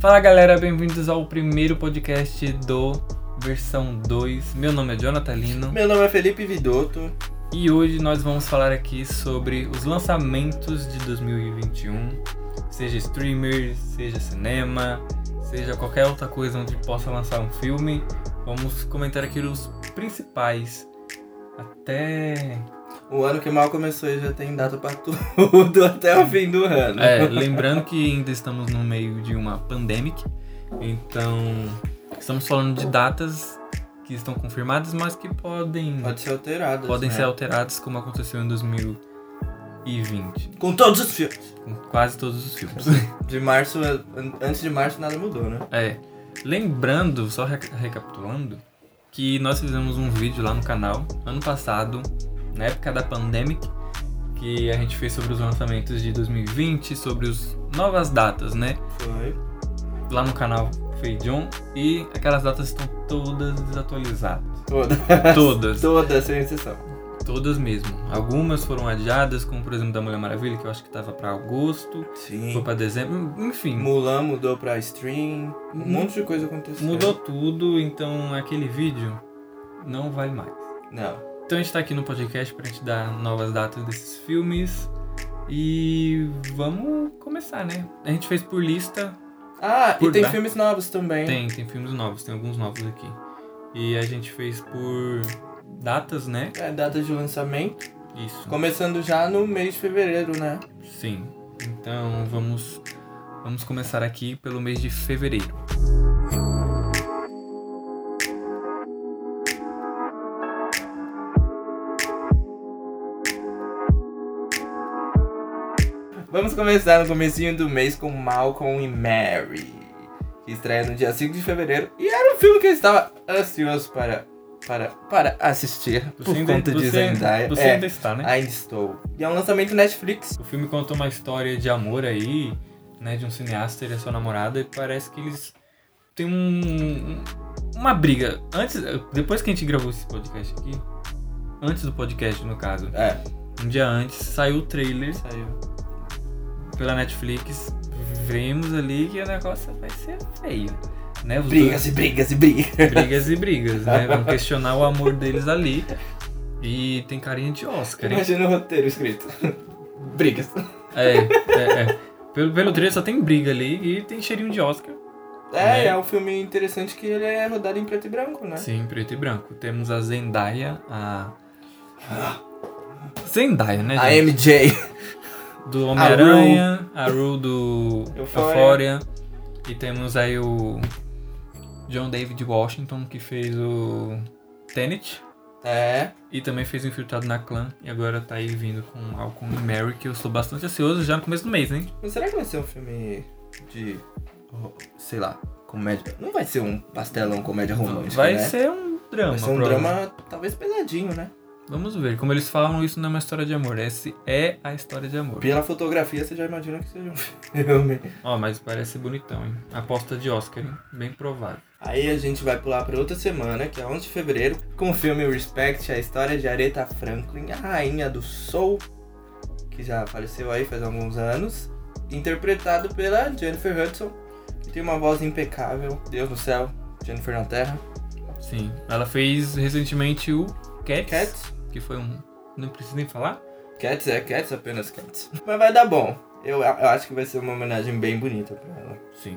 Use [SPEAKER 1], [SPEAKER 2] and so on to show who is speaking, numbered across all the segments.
[SPEAKER 1] Fala galera, bem-vindos ao primeiro podcast do Versão 2. Meu nome é Jonathan Lino
[SPEAKER 2] Meu nome é Felipe Vidotto.
[SPEAKER 1] e hoje nós vamos falar aqui sobre os lançamentos de 2021, seja streamers, seja cinema, seja qualquer outra coisa onde possa lançar um filme. Vamos comentar aqui os principais. Até.
[SPEAKER 2] O ano que mal começou e já tem data pra tudo até o fim do ano.
[SPEAKER 1] É, lembrando que ainda estamos no meio de uma pandemic, então estamos falando de datas que estão confirmadas, mas que podem
[SPEAKER 2] Pode ser alterado.
[SPEAKER 1] podem
[SPEAKER 2] né?
[SPEAKER 1] ser alterados como aconteceu em 2020,
[SPEAKER 2] Com todos os filmes.
[SPEAKER 1] com quase todos os filmes.
[SPEAKER 2] De março, an- antes de março nada mudou, né?
[SPEAKER 1] É, lembrando, só reca- recapitulando, que nós fizemos um vídeo lá no canal ano passado, na época da pandemic, que a gente fez sobre os lançamentos de 2020, sobre as novas datas, né?
[SPEAKER 2] Foi.
[SPEAKER 1] Lá no canal Feijon e aquelas datas estão todas desatualizadas.
[SPEAKER 2] Todas.
[SPEAKER 1] Todas.
[SPEAKER 2] Todas, sem exceção.
[SPEAKER 1] Todas mesmo. Algumas foram adiadas, como por exemplo da Mulher Maravilha, que eu acho que tava pra agosto, foi
[SPEAKER 2] Sim.
[SPEAKER 1] pra dezembro, enfim.
[SPEAKER 2] Mulan mudou pra stream. Um
[SPEAKER 1] Mu-
[SPEAKER 2] monte de coisa aconteceu.
[SPEAKER 1] Mudou tudo, então aquele vídeo não vale mais.
[SPEAKER 2] Não.
[SPEAKER 1] Então a gente tá aqui no podcast pra gente dar novas datas desses filmes. E vamos começar, né? A gente fez por lista.
[SPEAKER 2] Ah,
[SPEAKER 1] Por
[SPEAKER 2] e tem
[SPEAKER 1] dar-
[SPEAKER 2] filmes novos também.
[SPEAKER 1] Tem, tem filmes novos, tem alguns novos aqui. E a gente fez por datas, né?
[SPEAKER 2] É, data de lançamento.
[SPEAKER 1] Isso.
[SPEAKER 2] Começando já no mês de fevereiro, né?
[SPEAKER 1] Sim. Então vamos vamos começar aqui pelo mês de fevereiro.
[SPEAKER 2] Vamos começar no comecinho do mês com Malcolm e Mary, que estreia no dia 5 de fevereiro. E era um filme que eu estava ansioso para, para, para assistir, por
[SPEAKER 1] ainda-
[SPEAKER 2] conta de
[SPEAKER 1] você-
[SPEAKER 2] Zendaya.
[SPEAKER 1] Você
[SPEAKER 2] é,
[SPEAKER 1] ainda está, né?
[SPEAKER 2] ainda estou. E é um lançamento Netflix.
[SPEAKER 1] O filme conta uma história de amor aí, né, de um cineasta e a sua namorada, e parece que eles têm um, uma briga. Antes, depois que a gente gravou esse podcast aqui, antes do podcast no caso,
[SPEAKER 2] É,
[SPEAKER 1] um dia antes saiu o trailer
[SPEAKER 2] saiu.
[SPEAKER 1] pela Netflix, vemos ali que o negócio vai ser feio, né? Os
[SPEAKER 2] Brigas e brigas e brigas.
[SPEAKER 1] dois- brigas e brigas, né? Vamos questionar o amor deles ali. E tem carinha de Oscar, hein?
[SPEAKER 2] Imagina o roteiro escrito. brigas.
[SPEAKER 1] É, é, é. Pelo, pelo trailer só tem briga ali e tem cheirinho de Oscar.
[SPEAKER 2] É,
[SPEAKER 1] Né?
[SPEAKER 2] é um filme interessante que ele é rodado em preto e branco, né?
[SPEAKER 1] Sim, preto e branco. Temos a Zendaya, a. Zendaya, né,
[SPEAKER 2] A
[SPEAKER 1] gente?
[SPEAKER 2] MJ.
[SPEAKER 1] Do Homem-Aranha, a Rue do
[SPEAKER 2] Euphoria.
[SPEAKER 1] Euphoria. E temos aí o John David Washington, que fez o Tenet.
[SPEAKER 2] É.
[SPEAKER 1] E também fez o Infiltrado na Clã. E agora tá aí vindo com Malcolm e Mary, que eu estou bastante ansioso já no começo do mês, hein?
[SPEAKER 2] Mas será que vai ser um filme de. oh, sei lá, comédia? Não vai ser um pastelão comédia romântica.
[SPEAKER 1] Então, Vai
[SPEAKER 2] né?
[SPEAKER 1] ser um drama,
[SPEAKER 2] Vai ser um
[SPEAKER 1] provavelmente.
[SPEAKER 2] drama talvez pesadinho, né?
[SPEAKER 1] Vamos ver. Como eles falam, isso não é uma história de amor. Essa é a história de amor.
[SPEAKER 2] Pela fotografia você já imagina que seja um filme.
[SPEAKER 1] Ó, mas parece bonitão, hein? Aposta de Oscar, hein? Bem provável.
[SPEAKER 2] Aí a gente vai pular pra outra semana, que é 11 de fevereiro, com o filme Respect, a história de Aretha Franklin, a rainha do soul, que já apareceu aí faz alguns anos, interpretado pela Jennifer Hudson, que tem uma voz impecável. Deus no céu, Jennifer na terra.
[SPEAKER 1] Sim. Ela fez recentemente o Cats,
[SPEAKER 2] Cats,
[SPEAKER 1] que foi um. Não precisa nem falar?
[SPEAKER 2] Cats é Cats, apenas Cats. Mas vai dar bom. Eu, eu acho que vai ser uma homenagem bem bonita pra ela.
[SPEAKER 1] Sim.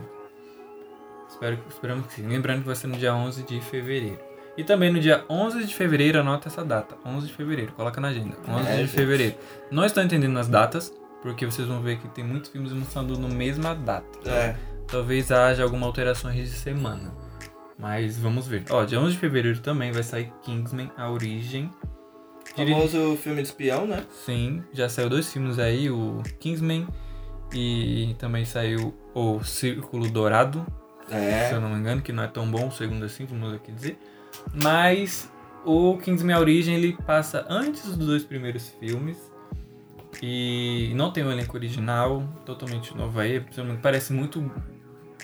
[SPEAKER 1] Espero, esperamos que sim. Lembrando que vai ser no dia 11 de fevereiro. E também no dia 11 de fevereiro, anota essa data. 11 de fevereiro, coloca na agenda. 11
[SPEAKER 2] É,
[SPEAKER 1] de
[SPEAKER 2] gente.
[SPEAKER 1] fevereiro. Não estou entendendo as datas, porque vocês vão ver que tem muitos filmes lançando na mesma data.
[SPEAKER 2] É.
[SPEAKER 1] Talvez haja alguma alteração de semana. Mas vamos ver. Ó, dia 11 de fevereiro também vai sair Kingsman, A Origem. Diri-
[SPEAKER 2] Famoso filme de espião, né?
[SPEAKER 1] Sim, já saiu dois filmes aí, o Kingsman e também saiu o Círculo Dourado, se eu
[SPEAKER 2] É.
[SPEAKER 1] não me engano, que não é tão bom, segundo assim, vamos aqui dizer. Mas o Kingsman A Origem, ele passa antes dos dois primeiros filmes. E não tem o elenco original, totalmente novo aí. principalmente- Parece muito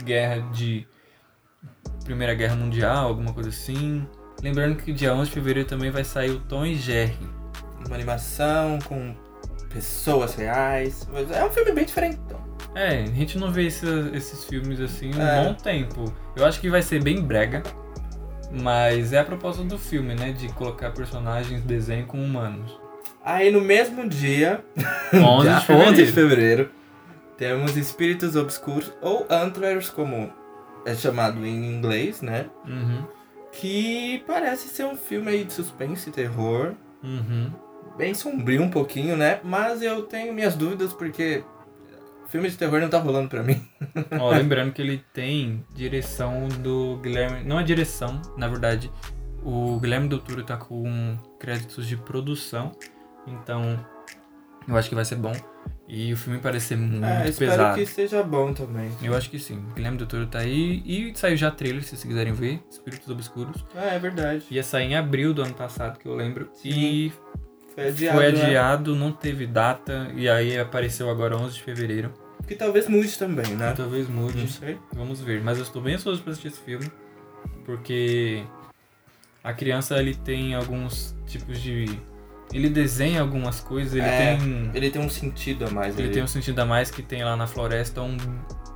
[SPEAKER 1] guerra de. Primeira Guerra Mundial, alguma coisa assim. Lembrando que dia 11 de fevereiro também vai sair o Tom e Jerry.
[SPEAKER 2] Uma animação com pessoas reais. Mas É um filme bem diferente, então.
[SPEAKER 1] É, a gente não vê esse- esses filmes assim há um
[SPEAKER 2] É.
[SPEAKER 1] bom tempo. Eu acho que vai ser bem brega, mas é a proposta do filme, né? De colocar personagens desenho com humanos.
[SPEAKER 2] Aí no mesmo dia,
[SPEAKER 1] 11 de
[SPEAKER 2] dia
[SPEAKER 1] fevereiro.
[SPEAKER 2] 11 de fevereiro, temos Espíritos Obscuros, ou Antlers, como é chamado em inglês, né?
[SPEAKER 1] Uhum,
[SPEAKER 2] Que parece ser um filme aí de suspense e terror.
[SPEAKER 1] uhum.
[SPEAKER 2] Bem sombrio um pouquinho, né? Mas eu tenho minhas dúvidas porque filme de terror não tá rolando pra mim.
[SPEAKER 1] Ó, lembrando que ele tem direção do Guilherme. Não é direção, na verdade. O Guilherme Doutura tá com créditos de produção. Então, eu acho que vai ser bom. E o filme parece ser Hum, muito
[SPEAKER 2] É, espero
[SPEAKER 1] pesado.
[SPEAKER 2] que seja bom também.
[SPEAKER 1] Eu acho que sim. Guilherme do Toro tá aí e saiu já trailer, se vocês quiserem ver, Espíritos Obscuros.
[SPEAKER 2] Ah, é verdade.
[SPEAKER 1] Ia sair em abril do ano passado, que eu lembro. E
[SPEAKER 2] Foi adiado.
[SPEAKER 1] foi
[SPEAKER 2] né?
[SPEAKER 1] adiado, não teve data, e aí apareceu agora 11 de fevereiro.
[SPEAKER 2] Que talvez mude também, né?
[SPEAKER 1] Talvez mude,
[SPEAKER 2] Não sei.
[SPEAKER 1] vamos ver. Mas eu estou bem ansioso pra assistir esse filme, porque a criança, ele tem alguns tipos de... Ele desenha algumas coisas, ele
[SPEAKER 2] É,
[SPEAKER 1] tem...
[SPEAKER 2] Ele tem um sentido a mais.
[SPEAKER 1] Ele
[SPEAKER 2] ali.
[SPEAKER 1] tem um sentido a mais que tem lá na floresta um,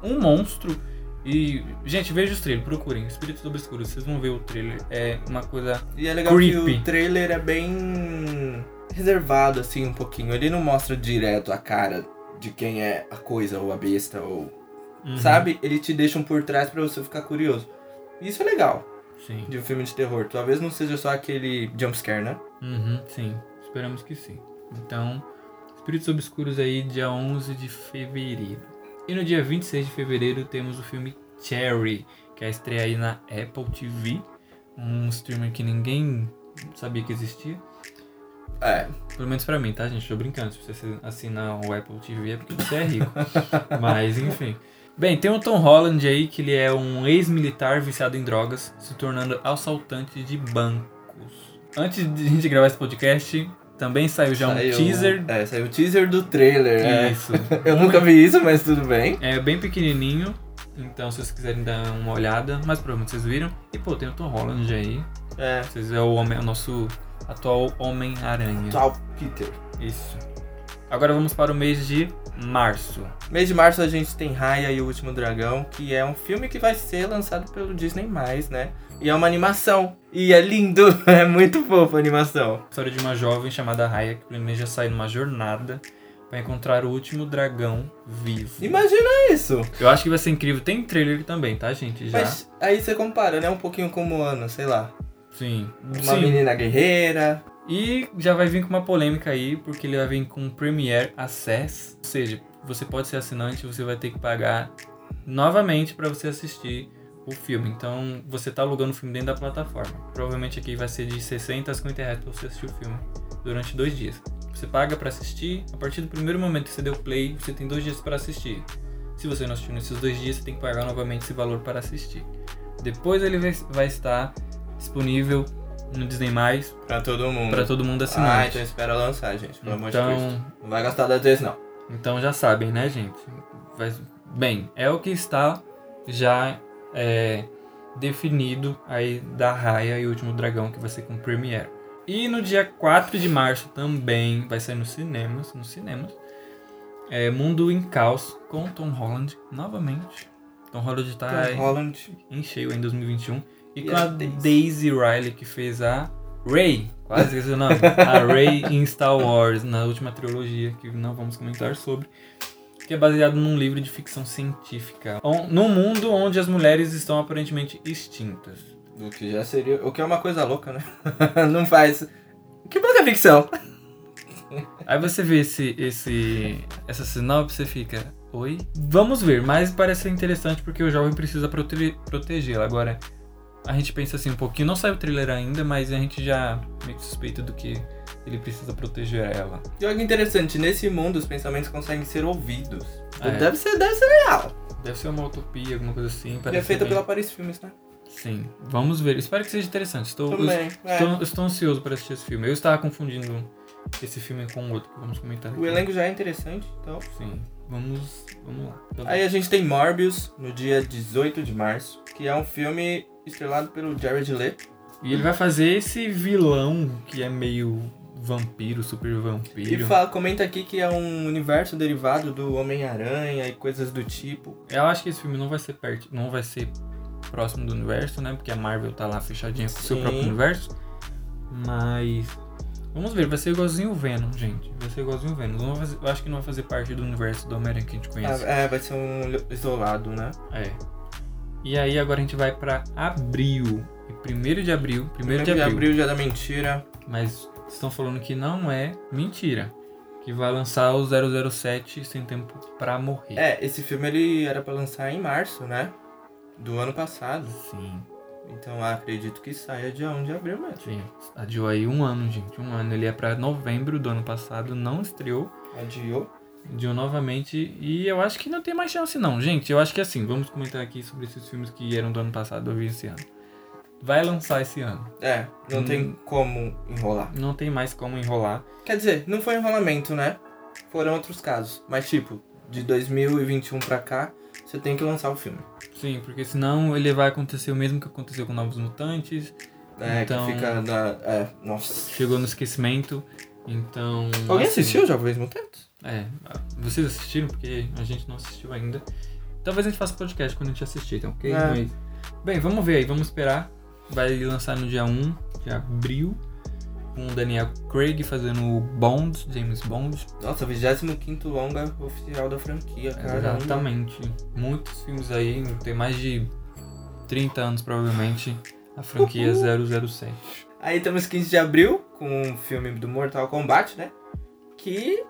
[SPEAKER 1] um monstro. E, gente, veja os trailers, procurem. Espíritos Obscuros, vocês vão ver o trailer. É uma coisa.
[SPEAKER 2] E é legal que
[SPEAKER 1] creepy.
[SPEAKER 2] o trailer é bem reservado, assim, um pouquinho. Ele não mostra direto a cara de quem é a coisa ou a besta ou.
[SPEAKER 1] Uhum,
[SPEAKER 2] Sabe? Ele te deixa um por trás pra você ficar curioso. Isso é legal
[SPEAKER 1] Sim.
[SPEAKER 2] de um filme de terror. Talvez não seja só aquele jumpscare, né?
[SPEAKER 1] Uhum, sim. Esperamos que sim. Então, Espíritos Obscuros aí, dia 11 de fevereiro. E no dia 26 de fevereiro temos o filme Cherry, que é a estreia aí na Apple TV. Um streamer que ninguém sabia que existia.
[SPEAKER 2] É.
[SPEAKER 1] Pelo menos pra mim, tá, gente? Tô brincando. Se você assinar o Apple TV é porque você é rico. Mas, enfim. Bem, tem o Tom Holland aí, que ele é um ex-militar viciado em drogas, se tornando assaltante de bancos. Antes de a gente gravar esse podcast, também saiu já
[SPEAKER 2] Saiu-
[SPEAKER 1] um teaser.
[SPEAKER 2] É, saiu o teaser do trailer. É.
[SPEAKER 1] Isso.
[SPEAKER 2] Eu nunca vi isso, mas tudo bem.
[SPEAKER 1] É bem pequenininho, então se vocês quiserem dar uma olhada, mas provavelmente vocês viram. E, pô, tem o Tom Holland aí.
[SPEAKER 2] É.
[SPEAKER 1] Vocês é o, homem, é o nosso atual Homem-Aranha.
[SPEAKER 2] Tal Peter.
[SPEAKER 1] Isso. Agora vamos para o mês de março.
[SPEAKER 2] Mês de março a gente tem Raya e o Último Dragão, que é um filme que vai ser lançado pelo Disney+, né? E é uma animação. E é lindo, é muito fofo a animação.
[SPEAKER 1] História de uma jovem chamada Raya que planeja sair numa jornada para encontrar o úlimo dragão vivo.
[SPEAKER 2] Imagina isso!
[SPEAKER 1] Eu acho que vai ser incrível. Tem trailer também, tá, gente? Já.
[SPEAKER 2] Mas aí você compara, né? Um pouquinho como Ana, sei lá.
[SPEAKER 1] Sim.
[SPEAKER 2] Uma
[SPEAKER 1] Sim.
[SPEAKER 2] menina guerreira.
[SPEAKER 1] E já vai vir com uma polêmica aí, porque ele vai vir com Premiere Access. Ou seja, você pode ser assinante, você vai ter que pagar novamente para você assistir o filme. Então, você tá alugando o filme dentro da plataforma. Provavelmente aqui vai ser de 60 a 50 reais pra você assistir o filme durante dois dias. Você paga para assistir, a partir do primeiro momento que você deu play, você tem dois dias para assistir. Se você não assistiu nesses dois dias, você tem que pagar novamente esse valor para assistir. Depois ele vai- vai estar disponível no Disney+,
[SPEAKER 2] Pra todo mundo.
[SPEAKER 1] Pra todo mundo
[SPEAKER 2] Ah,
[SPEAKER 1] assinar.
[SPEAKER 2] então espera lançar, gente. Pelo amor de Deus.
[SPEAKER 1] então,
[SPEAKER 2] Não vai gastar da vez, não.
[SPEAKER 1] então já sabem, né, gente? Vai- bem, é o que está já é, definido aí da Raia e o Último Dragão, que vai ser com Premiere. E no dia 4 de março também vai sair nos cinemas, nos cinemas, é Mundo em Caos com Tom Holland novamente. Tom Holland tá
[SPEAKER 2] Tom Holland.
[SPEAKER 1] em cheio em 2021. E
[SPEAKER 2] E
[SPEAKER 1] com
[SPEAKER 2] a
[SPEAKER 1] a
[SPEAKER 2] Daisy.
[SPEAKER 1] Daisy Riley, que fez a Ray, quase esqueci o nome. A Ray em Star Wars, na última trilogia, que não vamos comentar sobre. Que é baseado num livro de ficção científica. On- Num mundo onde as mulheres estão aparentemente extintas.
[SPEAKER 2] O que já seria... O que é uma coisa louca, né? não faz... Que bom que é ficção.
[SPEAKER 1] Aí você vê esse, esse, essa sinopse você fica, oi? Vamos ver, mas parece ser interessante porque o jovem precisa prote- protegê-la. Agora, a gente pensa assim um pouquinho, não saiu o trailer ainda, mas a gente já meio que suspeita do que ele precisa proteger ela.
[SPEAKER 2] E olha que interessante, nesse mundo os pensamentos conseguem ser ouvidos.
[SPEAKER 1] É.
[SPEAKER 2] Deve, ser, deve ser legal.
[SPEAKER 1] Deve ser uma utopia, alguma coisa assim.
[SPEAKER 2] E é
[SPEAKER 1] Parece
[SPEAKER 2] feita
[SPEAKER 1] bem-
[SPEAKER 2] pela Paris Filmes, né?
[SPEAKER 1] Sim, vamos ver. Espero que seja interessante. Estou,
[SPEAKER 2] Também. é.
[SPEAKER 1] estou, estou ansioso para assistir esse filme. Eu estava confundindo esse filme com outro que vamos comentar.
[SPEAKER 2] O
[SPEAKER 1] aqui.
[SPEAKER 2] elenco já é interessante, então.
[SPEAKER 1] Sim, vamos, vamos lá. Então,
[SPEAKER 2] Aí a gente tem Morbius no dia 18 de março, que é um filme estrelado pelo Jared Leto.
[SPEAKER 1] E ele vai fazer esse vilão que é meio vampiro, super
[SPEAKER 2] E
[SPEAKER 1] vampiro.
[SPEAKER 2] fala, comenta aqui que é um universo derivado do Homem-Aranha e coisas do tipo.
[SPEAKER 1] Eu acho que esse filme não vai ser perto, não vai ser próximo do universo, né? Porque a Marvel tá lá fechadinha com o seu
[SPEAKER 2] Sim.
[SPEAKER 1] próprio universo. Mas vamos ver, vai ser igualzinho o Venom, gente. Vai ser igualzinho o Venom. Não vai fazer- eu acho que não vai fazer parte do universo do Homem-Aranha que a gente conhece.
[SPEAKER 2] Ah, é, vai ser um isolado, né?
[SPEAKER 1] É. E aí agora a gente vai pra abril. E primeiro de abril, primeiro,
[SPEAKER 2] Primeiro
[SPEAKER 1] de abril.
[SPEAKER 2] já da mentira.
[SPEAKER 1] Mas estão falando que não é mentira. Que vai lançar o 007 Sem Tempo Pra Morrer.
[SPEAKER 2] É, esse filme ele era pra lançar em março, né? Do ano passado.
[SPEAKER 1] Sim,
[SPEAKER 2] Então ah, acredito que saia dia 1 de abril mesmo.
[SPEAKER 1] sim. Adiou aí um ano, gente. Um ano. Ele é pra novembro do ano passado, não estreou.
[SPEAKER 2] Adiou.
[SPEAKER 1] Adiou novamente. E eu acho que não tem mais chance, não. Gente, eu acho que assim, vamos comentar aqui sobre esses filmes que eram do ano passado, eu vi esse ano. Vai lançar esse ano.
[SPEAKER 2] É, não
[SPEAKER 1] Hum.
[SPEAKER 2] tem como enrolar.
[SPEAKER 1] Não tem mais como enrolar.
[SPEAKER 2] Quer dizer, não foi enrolamento, né? Foram outros casos. Mas tipo, de 2021 pra cá, você tem que lançar o filme.
[SPEAKER 1] Sim, porque senão ele vai acontecer o mesmo que aconteceu com Novos Mutantes.
[SPEAKER 2] É,
[SPEAKER 1] Então-
[SPEAKER 2] que fica na. É, nossa.
[SPEAKER 1] Chegou no esquecimento. Então.
[SPEAKER 2] Alguém
[SPEAKER 1] assim,
[SPEAKER 2] assistiu Jovens Mutantes?
[SPEAKER 1] É, vocês assistiram porque a gente não assistiu ainda. Talvez a gente faça podcast quando a gente assistir, tá ok?
[SPEAKER 2] É.
[SPEAKER 1] Mas- Bem, vamos ver aí, vamos esperar. Vai lançar no dia 1 de abril, com o Daniel Craig fazendo o Bond, James Bond.
[SPEAKER 2] Nossa, 25 longa oficial da franquia,
[SPEAKER 1] tá
[SPEAKER 2] cara.
[SPEAKER 1] Exatamente. Muitos filmes aí, tem mais de 30 anos provavelmente, a franquia 007.
[SPEAKER 2] Aí temos 15 de abril com o filme do Mortal Kombat, né? Que.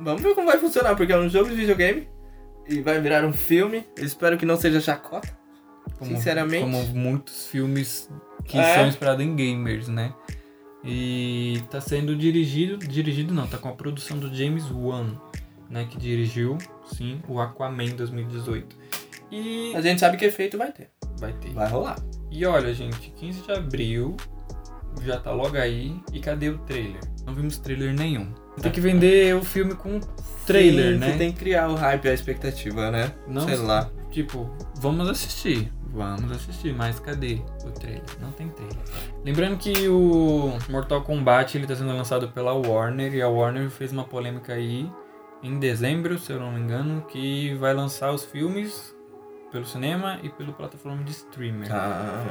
[SPEAKER 2] Vamos ver como vai funcionar, porque é um jogo de videogame e vai virar um filme. Eu espero que não seja chacota. Sinceramente.
[SPEAKER 1] Como muitos filmes que
[SPEAKER 2] É.
[SPEAKER 1] são inspirados em gamers, né? E tá sendo dirigido, dirigido não, tá com a produção do James Wan, né? Que dirigiu, sim, o Aquaman 2018. E
[SPEAKER 2] A gente sabe que efeito vai ter.
[SPEAKER 1] vai ter.
[SPEAKER 2] Vai rolar.
[SPEAKER 1] E olha, gente, 15 de abril já tá logo aí. E cadê o trailer? Não vimos trailer nenhum. Tem que vender o filme com trailer,
[SPEAKER 2] Sim,
[SPEAKER 1] né?
[SPEAKER 2] Você tem que criar o hype, a expectativa, né?
[SPEAKER 1] Não
[SPEAKER 2] Sei lá.
[SPEAKER 1] Tipo, vamos assistir. Vamos assistir, mas cadê o trailer? Não tem trailer. Lembrando que o Mortal Kombat ele tá sendo lançado pela Warner e a Warner fez uma polêmica aí em dezembro, se eu não me engano, que vai lançar os filmes pelo cinema e pela plataforma de streamer.
[SPEAKER 2] Tá.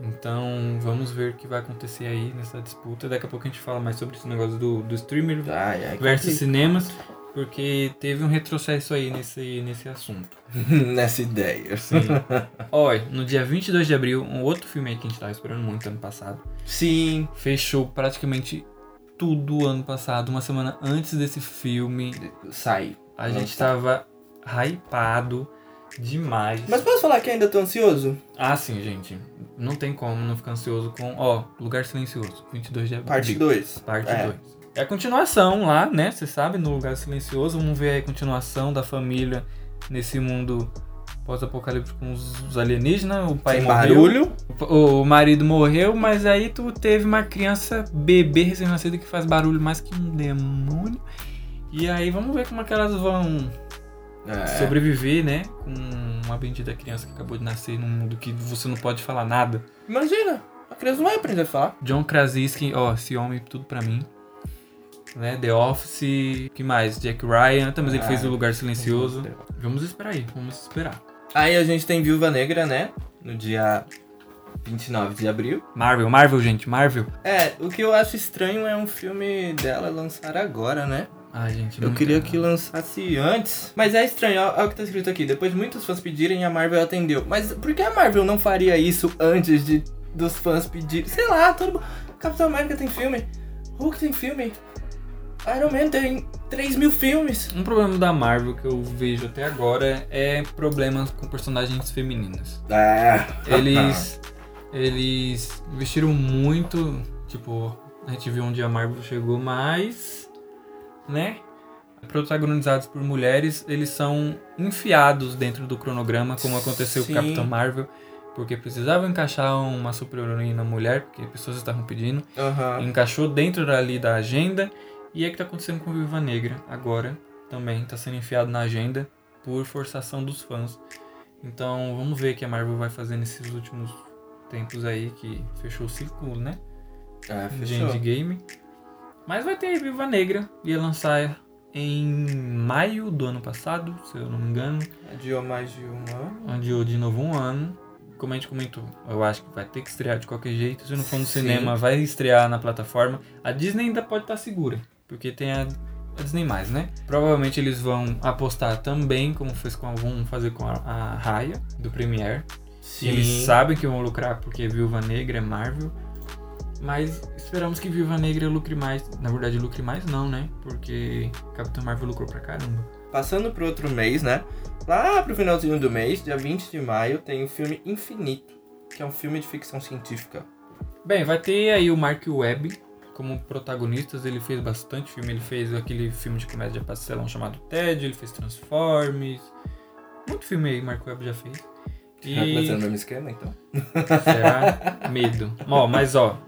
[SPEAKER 1] Então vamos ver o que vai acontecer aí nessa disputa. Daqui a pouco a gente fala mais sobre esse negócio do, do streamer
[SPEAKER 2] Ai, ai,
[SPEAKER 1] versus
[SPEAKER 2] complica.
[SPEAKER 1] cinemas, porque teve um retrocesso aí nesse, nesse assunto.
[SPEAKER 2] Nessa ideia.
[SPEAKER 1] Sim. Olha, no dia 22 de abril, um outro filme aí que a gente tava esperando muito ano passado,
[SPEAKER 2] Sim.
[SPEAKER 1] fechou praticamente tudo ano passado, uma semana antes desse filme.
[SPEAKER 2] Sai.
[SPEAKER 1] A gente
[SPEAKER 2] Lançar.
[SPEAKER 1] tava hypado demais.
[SPEAKER 2] Mas posso falar que ainda tô ansioso?
[SPEAKER 1] Ah, sim, gente. Não tem como não ficar ansioso com. Ó, Lugar Silencioso, 22 de abril.
[SPEAKER 2] Parte 2.
[SPEAKER 1] Parte
[SPEAKER 2] É.
[SPEAKER 1] 2. É. a continuação lá, né? Você sabe, no Lugar Silencioso. Vamos ver aí a continuação da família nesse mundo pós-apocalíptico com os alienígenas. né? O pai
[SPEAKER 2] Sem
[SPEAKER 1] morreu.
[SPEAKER 2] barulho.
[SPEAKER 1] O o marido morreu, mas aí tu teve uma criança bebê recém-nascida que faz barulho mais que um demônio. E aí vamos ver como é que elas vão
[SPEAKER 2] É.
[SPEAKER 1] sobreviver, né? Com uma bendita criança que acabou de nascer num mundo que você não pode falar nada.
[SPEAKER 2] Imagina. A criança não vai aprender a falar.
[SPEAKER 1] John Krasinski, ó, esse homem, tudo pra mim. Né? The Office, que mais? Jack Ryan, também ele
[SPEAKER 2] Ah,
[SPEAKER 1] fez o Lugar Silencioso. Vamos esperar aí, vamos esperar.
[SPEAKER 2] Aí a gente tem Viúva Negra, né? No dia 29 de abril.
[SPEAKER 1] Marvel, Marvel, gente, Marvel.
[SPEAKER 2] É, o que eu acho estranho é um filme dela lançar agora, né?
[SPEAKER 1] Ai, gente,
[SPEAKER 2] Eu
[SPEAKER 1] não
[SPEAKER 2] queria
[SPEAKER 1] tem-
[SPEAKER 2] que lançasse antes. Mas é estranho, ó, ó o que tá escrito aqui. Depois de muitos fãs pedirem, a Marvel atendeu. Mas por que a Marvel não faria isso antes de dos fãs pedirem? Sei lá, todo mundo. Capitão América tem filme. Hulk tem filme. Iron Man tem 3 mil filmes.
[SPEAKER 1] Um problema da Marvel que eu vejo até agora é problemas com personagens femininas. Ah.
[SPEAKER 2] É.
[SPEAKER 1] Eles. eles vestiram muito. Tipo, a gente viu onde a Marvel chegou, mas. né? Protagonizados por mulheres, eles são enfiados dentro do cronograma, como aconteceu
[SPEAKER 2] Sim.
[SPEAKER 1] com Capitão Marvel, porque precisava encaixar uma super-heroína mulher, porque pessoas estavam pedindo
[SPEAKER 2] Aham.
[SPEAKER 1] encaixou dentro ali da agenda. E é que tá acontecendo com Viva Negra agora também, tá sendo enfiado na agenda por forçação dos fãs. Então vamos ver o que a Marvel vai fazer nesses últimos tempos aí que fechou o ciclo, né?
[SPEAKER 2] É,
[SPEAKER 1] De
[SPEAKER 2] fechou.
[SPEAKER 1] endgame. Mas vai ter aí Viúva Negra. Ia lançar em maio do ano passado, se eu não me engano.
[SPEAKER 2] Adiou mais de um ano.
[SPEAKER 1] Adiou de novo um ano. Como a gente comentou, eu acho que vai ter que estrear de qualquer jeito. Se não for no
[SPEAKER 2] Sim.
[SPEAKER 1] cinema, vai estrear na plataforma. A Disney ainda pode estar segura, porque tem a, a Disney, né? Provavelmente eles vão apostar também, como fez com a, vão fazer com a, a Raya, do Premiere.
[SPEAKER 2] Sim.
[SPEAKER 1] Eles sabem que vão lucrar porque Viúva Negra é Marvel. Mas esperamos que Viúva Negra lucre mais. Na verdade, lucre mais não, né? Porque Capitão Marvel lucrou pra caramba.
[SPEAKER 2] Passando pro outro mês, né? Lá pro finalzinho do mês, dia 20 de maio, tem o filme Infinito, que é um filme de ficção científica.
[SPEAKER 1] Bem, vai ter aí o Mark Webb como protagonista. Ele fez bastante filme. Ele fez aquele filme de comédia pastelão chamado Ted. Ele fez Transformers. Muito filme aí Mark Webb já fez. E-
[SPEAKER 2] Vai começar no mesmo esquema, então.
[SPEAKER 1] Será? Medo. Ó, mas ó,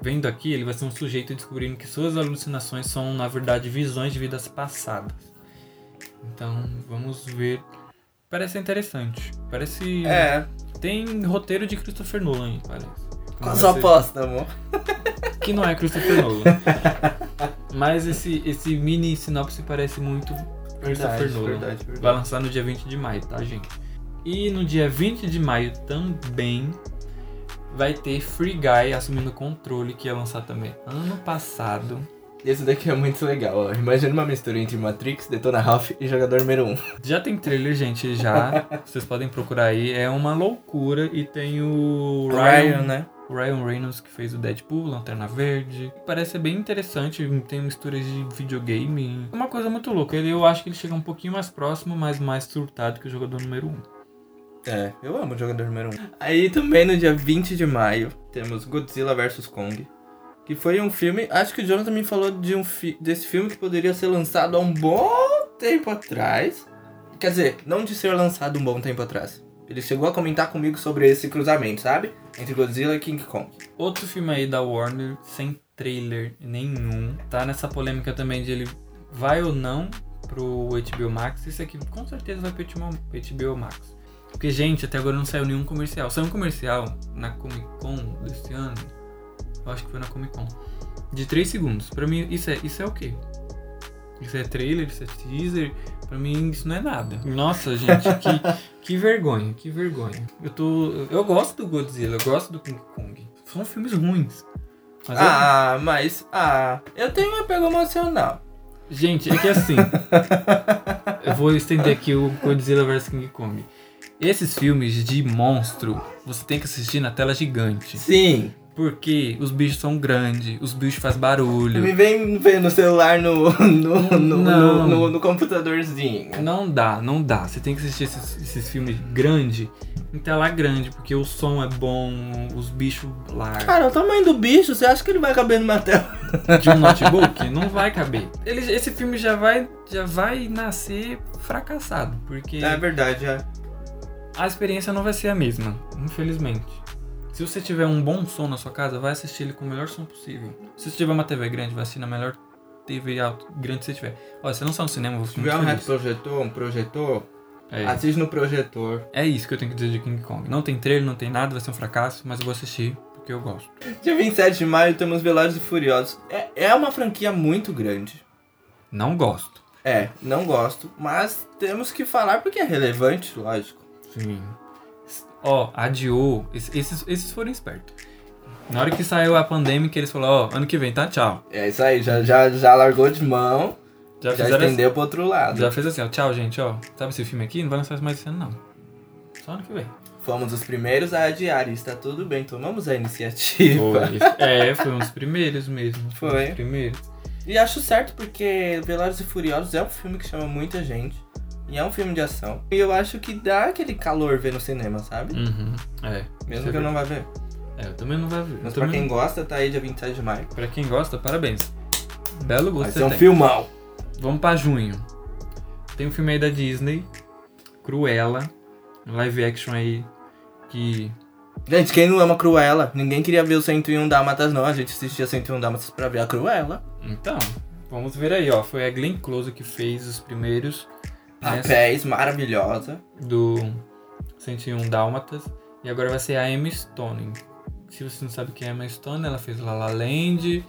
[SPEAKER 1] vendo aqui, ele vai ser um sujeito descobrindo que suas alucinações são, na verdade, visões de vidas passadas. Então, vamos ver. Parece interessante. Parece.
[SPEAKER 2] É,
[SPEAKER 1] Tem roteiro de Christopher Nolan, aí, parece. Então
[SPEAKER 2] qual a
[SPEAKER 1] vai
[SPEAKER 2] sua
[SPEAKER 1] ser-
[SPEAKER 2] aposta, amor?
[SPEAKER 1] Que não é Christopher Nolan. Mas esse, esse mini sinopse parece muito Christopher Nolan.
[SPEAKER 2] verdade,
[SPEAKER 1] Vai
[SPEAKER 2] verdade.
[SPEAKER 1] lançar no dia 20 de maio, tá, gente? E no dia 20 de maio também vai ter Free Guy assumindo o controle, que ia lançar também ano passado.
[SPEAKER 2] Esse daqui é muito legal, ó. Imagina uma mistura entre Matrix, Detona Ralph e Jogador número 1.
[SPEAKER 1] Já tem trailer, gente, já. Vocês podem procurar aí. É uma loucura. E tem o Ryan,
[SPEAKER 2] né?
[SPEAKER 1] o Ryan Reynolds, que fez o Deadpool, Lanterna Verde. Parece ser bem interessante. Tem misturas de videogame. É uma coisa muito louca. Ele, eu acho que ele chega um pouquinho mais próximo, mas mais surtado que o jogador número 1.
[SPEAKER 2] É, eu amo o jogador número 1. Aí também no dia 20 de maio temos Godzilla vs Kong, que foi um filme. Acho que o Jonathan me falou de um fi- desse filme que poderia ser lançado há um bom tempo atrás. Quer dizer, não de ser lançado um bom tempo atrás. Ele chegou a comentar comigo sobre esse cruzamento, sabe? Entre Godzilla e King Kong.
[SPEAKER 1] Outro filme aí da Warner, sem trailer nenhum. Tá nessa polêmica também de ele vai ou não pro HBO Max. Isso aqui com certeza vai pro HBO, HBO Max. Porque, gente, até agora não saiu nenhum comercial. Saiu um comercial na Comic Con desse ano. Eu acho que foi na Comic Con. De 3 segundos. Pra mim, isso é, isso é o quê? Isso é trailer, isso é teaser. Pra mim, isso não é nada. Nossa, gente, que, que vergonha, que vergonha. Eu tô. Eu gosto do Godzilla, eu gosto do King Kong. São filmes ruins. Mas eu-
[SPEAKER 2] ah, mas. Ah, eu tenho um apego emocional.
[SPEAKER 1] Gente, é que assim. eu vou estender aqui o Godzilla vs King Kong. Esses filmes de monstro, você tem que assistir na tela gigante.
[SPEAKER 2] Sim.
[SPEAKER 1] Porque os bichos são grandes, os bichos fazem barulho.
[SPEAKER 2] Me vem ver no celular no, no, no, no,
[SPEAKER 1] Não.
[SPEAKER 2] no- no computadorzinho.
[SPEAKER 1] Não dá, não dá. Você tem que assistir esses, esses filmes grandes em tela grande, porque o som é bom, os bichos largam.
[SPEAKER 2] Cara, o tamanho do bicho, você acha que ele vai caber numa tela?
[SPEAKER 1] de um notebook não vai caber. Ele- esse filme já vai, já vai nascer fracassado, porque
[SPEAKER 2] verdade, é.
[SPEAKER 1] a experiência não vai ser a mesma, infelizmente. Se você tiver um bom som na sua casa, vai assistir ele com o melhor som possível. Se você tiver uma TV grande, vai assistir na melhor TV alto- grande que você tiver. Olha, você não só no cinema, eu vou
[SPEAKER 2] Se
[SPEAKER 1] ficar
[SPEAKER 2] tiver
[SPEAKER 1] muito
[SPEAKER 2] um
[SPEAKER 1] feliz.
[SPEAKER 2] retroprojetor, um projetor,
[SPEAKER 1] É,
[SPEAKER 2] assiste no projetor.
[SPEAKER 1] é isso que eu tenho que dizer de King Kong. Não tem trailer, não tem nada, vai ser um fracasso, mas eu vou assistir porque eu gosto.
[SPEAKER 2] Dia 27 de maio temos Velozes e Furiosos. É, é uma franquia muito grande.
[SPEAKER 1] Não gosto.
[SPEAKER 2] É, não gosto, mas temos que falar porque é relevante, lógico.
[SPEAKER 1] Sim. Ó, adiou. Es- Esses, esses foram espertos. Na hora que saiu a pandêmica, eles falaram, ó, ano que vem, tá? Tchau.
[SPEAKER 2] É isso aí, já, já, já largou de mão,
[SPEAKER 1] Já,
[SPEAKER 2] já
[SPEAKER 1] fizeram
[SPEAKER 2] estendeu pro outro
[SPEAKER 1] assim,
[SPEAKER 2] lado.
[SPEAKER 1] já fez assim, ó, tchau, gente, ó. Sabe esse filme aqui? Não vai lançar mais esse ano, não. Só ano que vem.
[SPEAKER 2] Fomos os primeiros a adiar, e está tudo bem, tomamos a iniciativa.
[SPEAKER 1] é, foi um dos primeiros mesmo. Um
[SPEAKER 2] Foi.
[SPEAKER 1] dos primeiros.
[SPEAKER 2] E acho certo porque Velozes e Furiosos é um filme que chama muita gente. E é um filme de ação. E eu acho que dá aquele calor ver no cinema, sabe?
[SPEAKER 1] Uhum. É.
[SPEAKER 2] Mesmo
[SPEAKER 1] Você
[SPEAKER 2] que eu
[SPEAKER 1] vê.
[SPEAKER 2] não vá ver.
[SPEAKER 1] É, eu também não vai ver. Eu
[SPEAKER 2] Mas pra
[SPEAKER 1] também
[SPEAKER 2] quem
[SPEAKER 1] não-
[SPEAKER 2] gosta, tá aí dia 27 de maio.
[SPEAKER 1] pra quem gosta, parabéns. Belo gosto
[SPEAKER 2] Vai
[SPEAKER 1] você
[SPEAKER 2] ser um
[SPEAKER 1] tem.
[SPEAKER 2] filmão.
[SPEAKER 1] Vamos pra junho. Tem um filme aí da Disney, Cruella, um live action aí que
[SPEAKER 2] Gente, quem não ama Cruella? Ninguém queria ver o 101 Dálmatas, não. A gente assistia 101 Dálmatas pra ver a Cruella.
[SPEAKER 1] Então, vamos ver aí, ó. Foi a Glenn Close que fez os primeiros né,
[SPEAKER 2] Papéis, maravilhosa.
[SPEAKER 1] do 101 Dálmatas. E agora vai ser a Emma Stone. Se você não sabe quem é a Emma Stone, ela fez La La Land,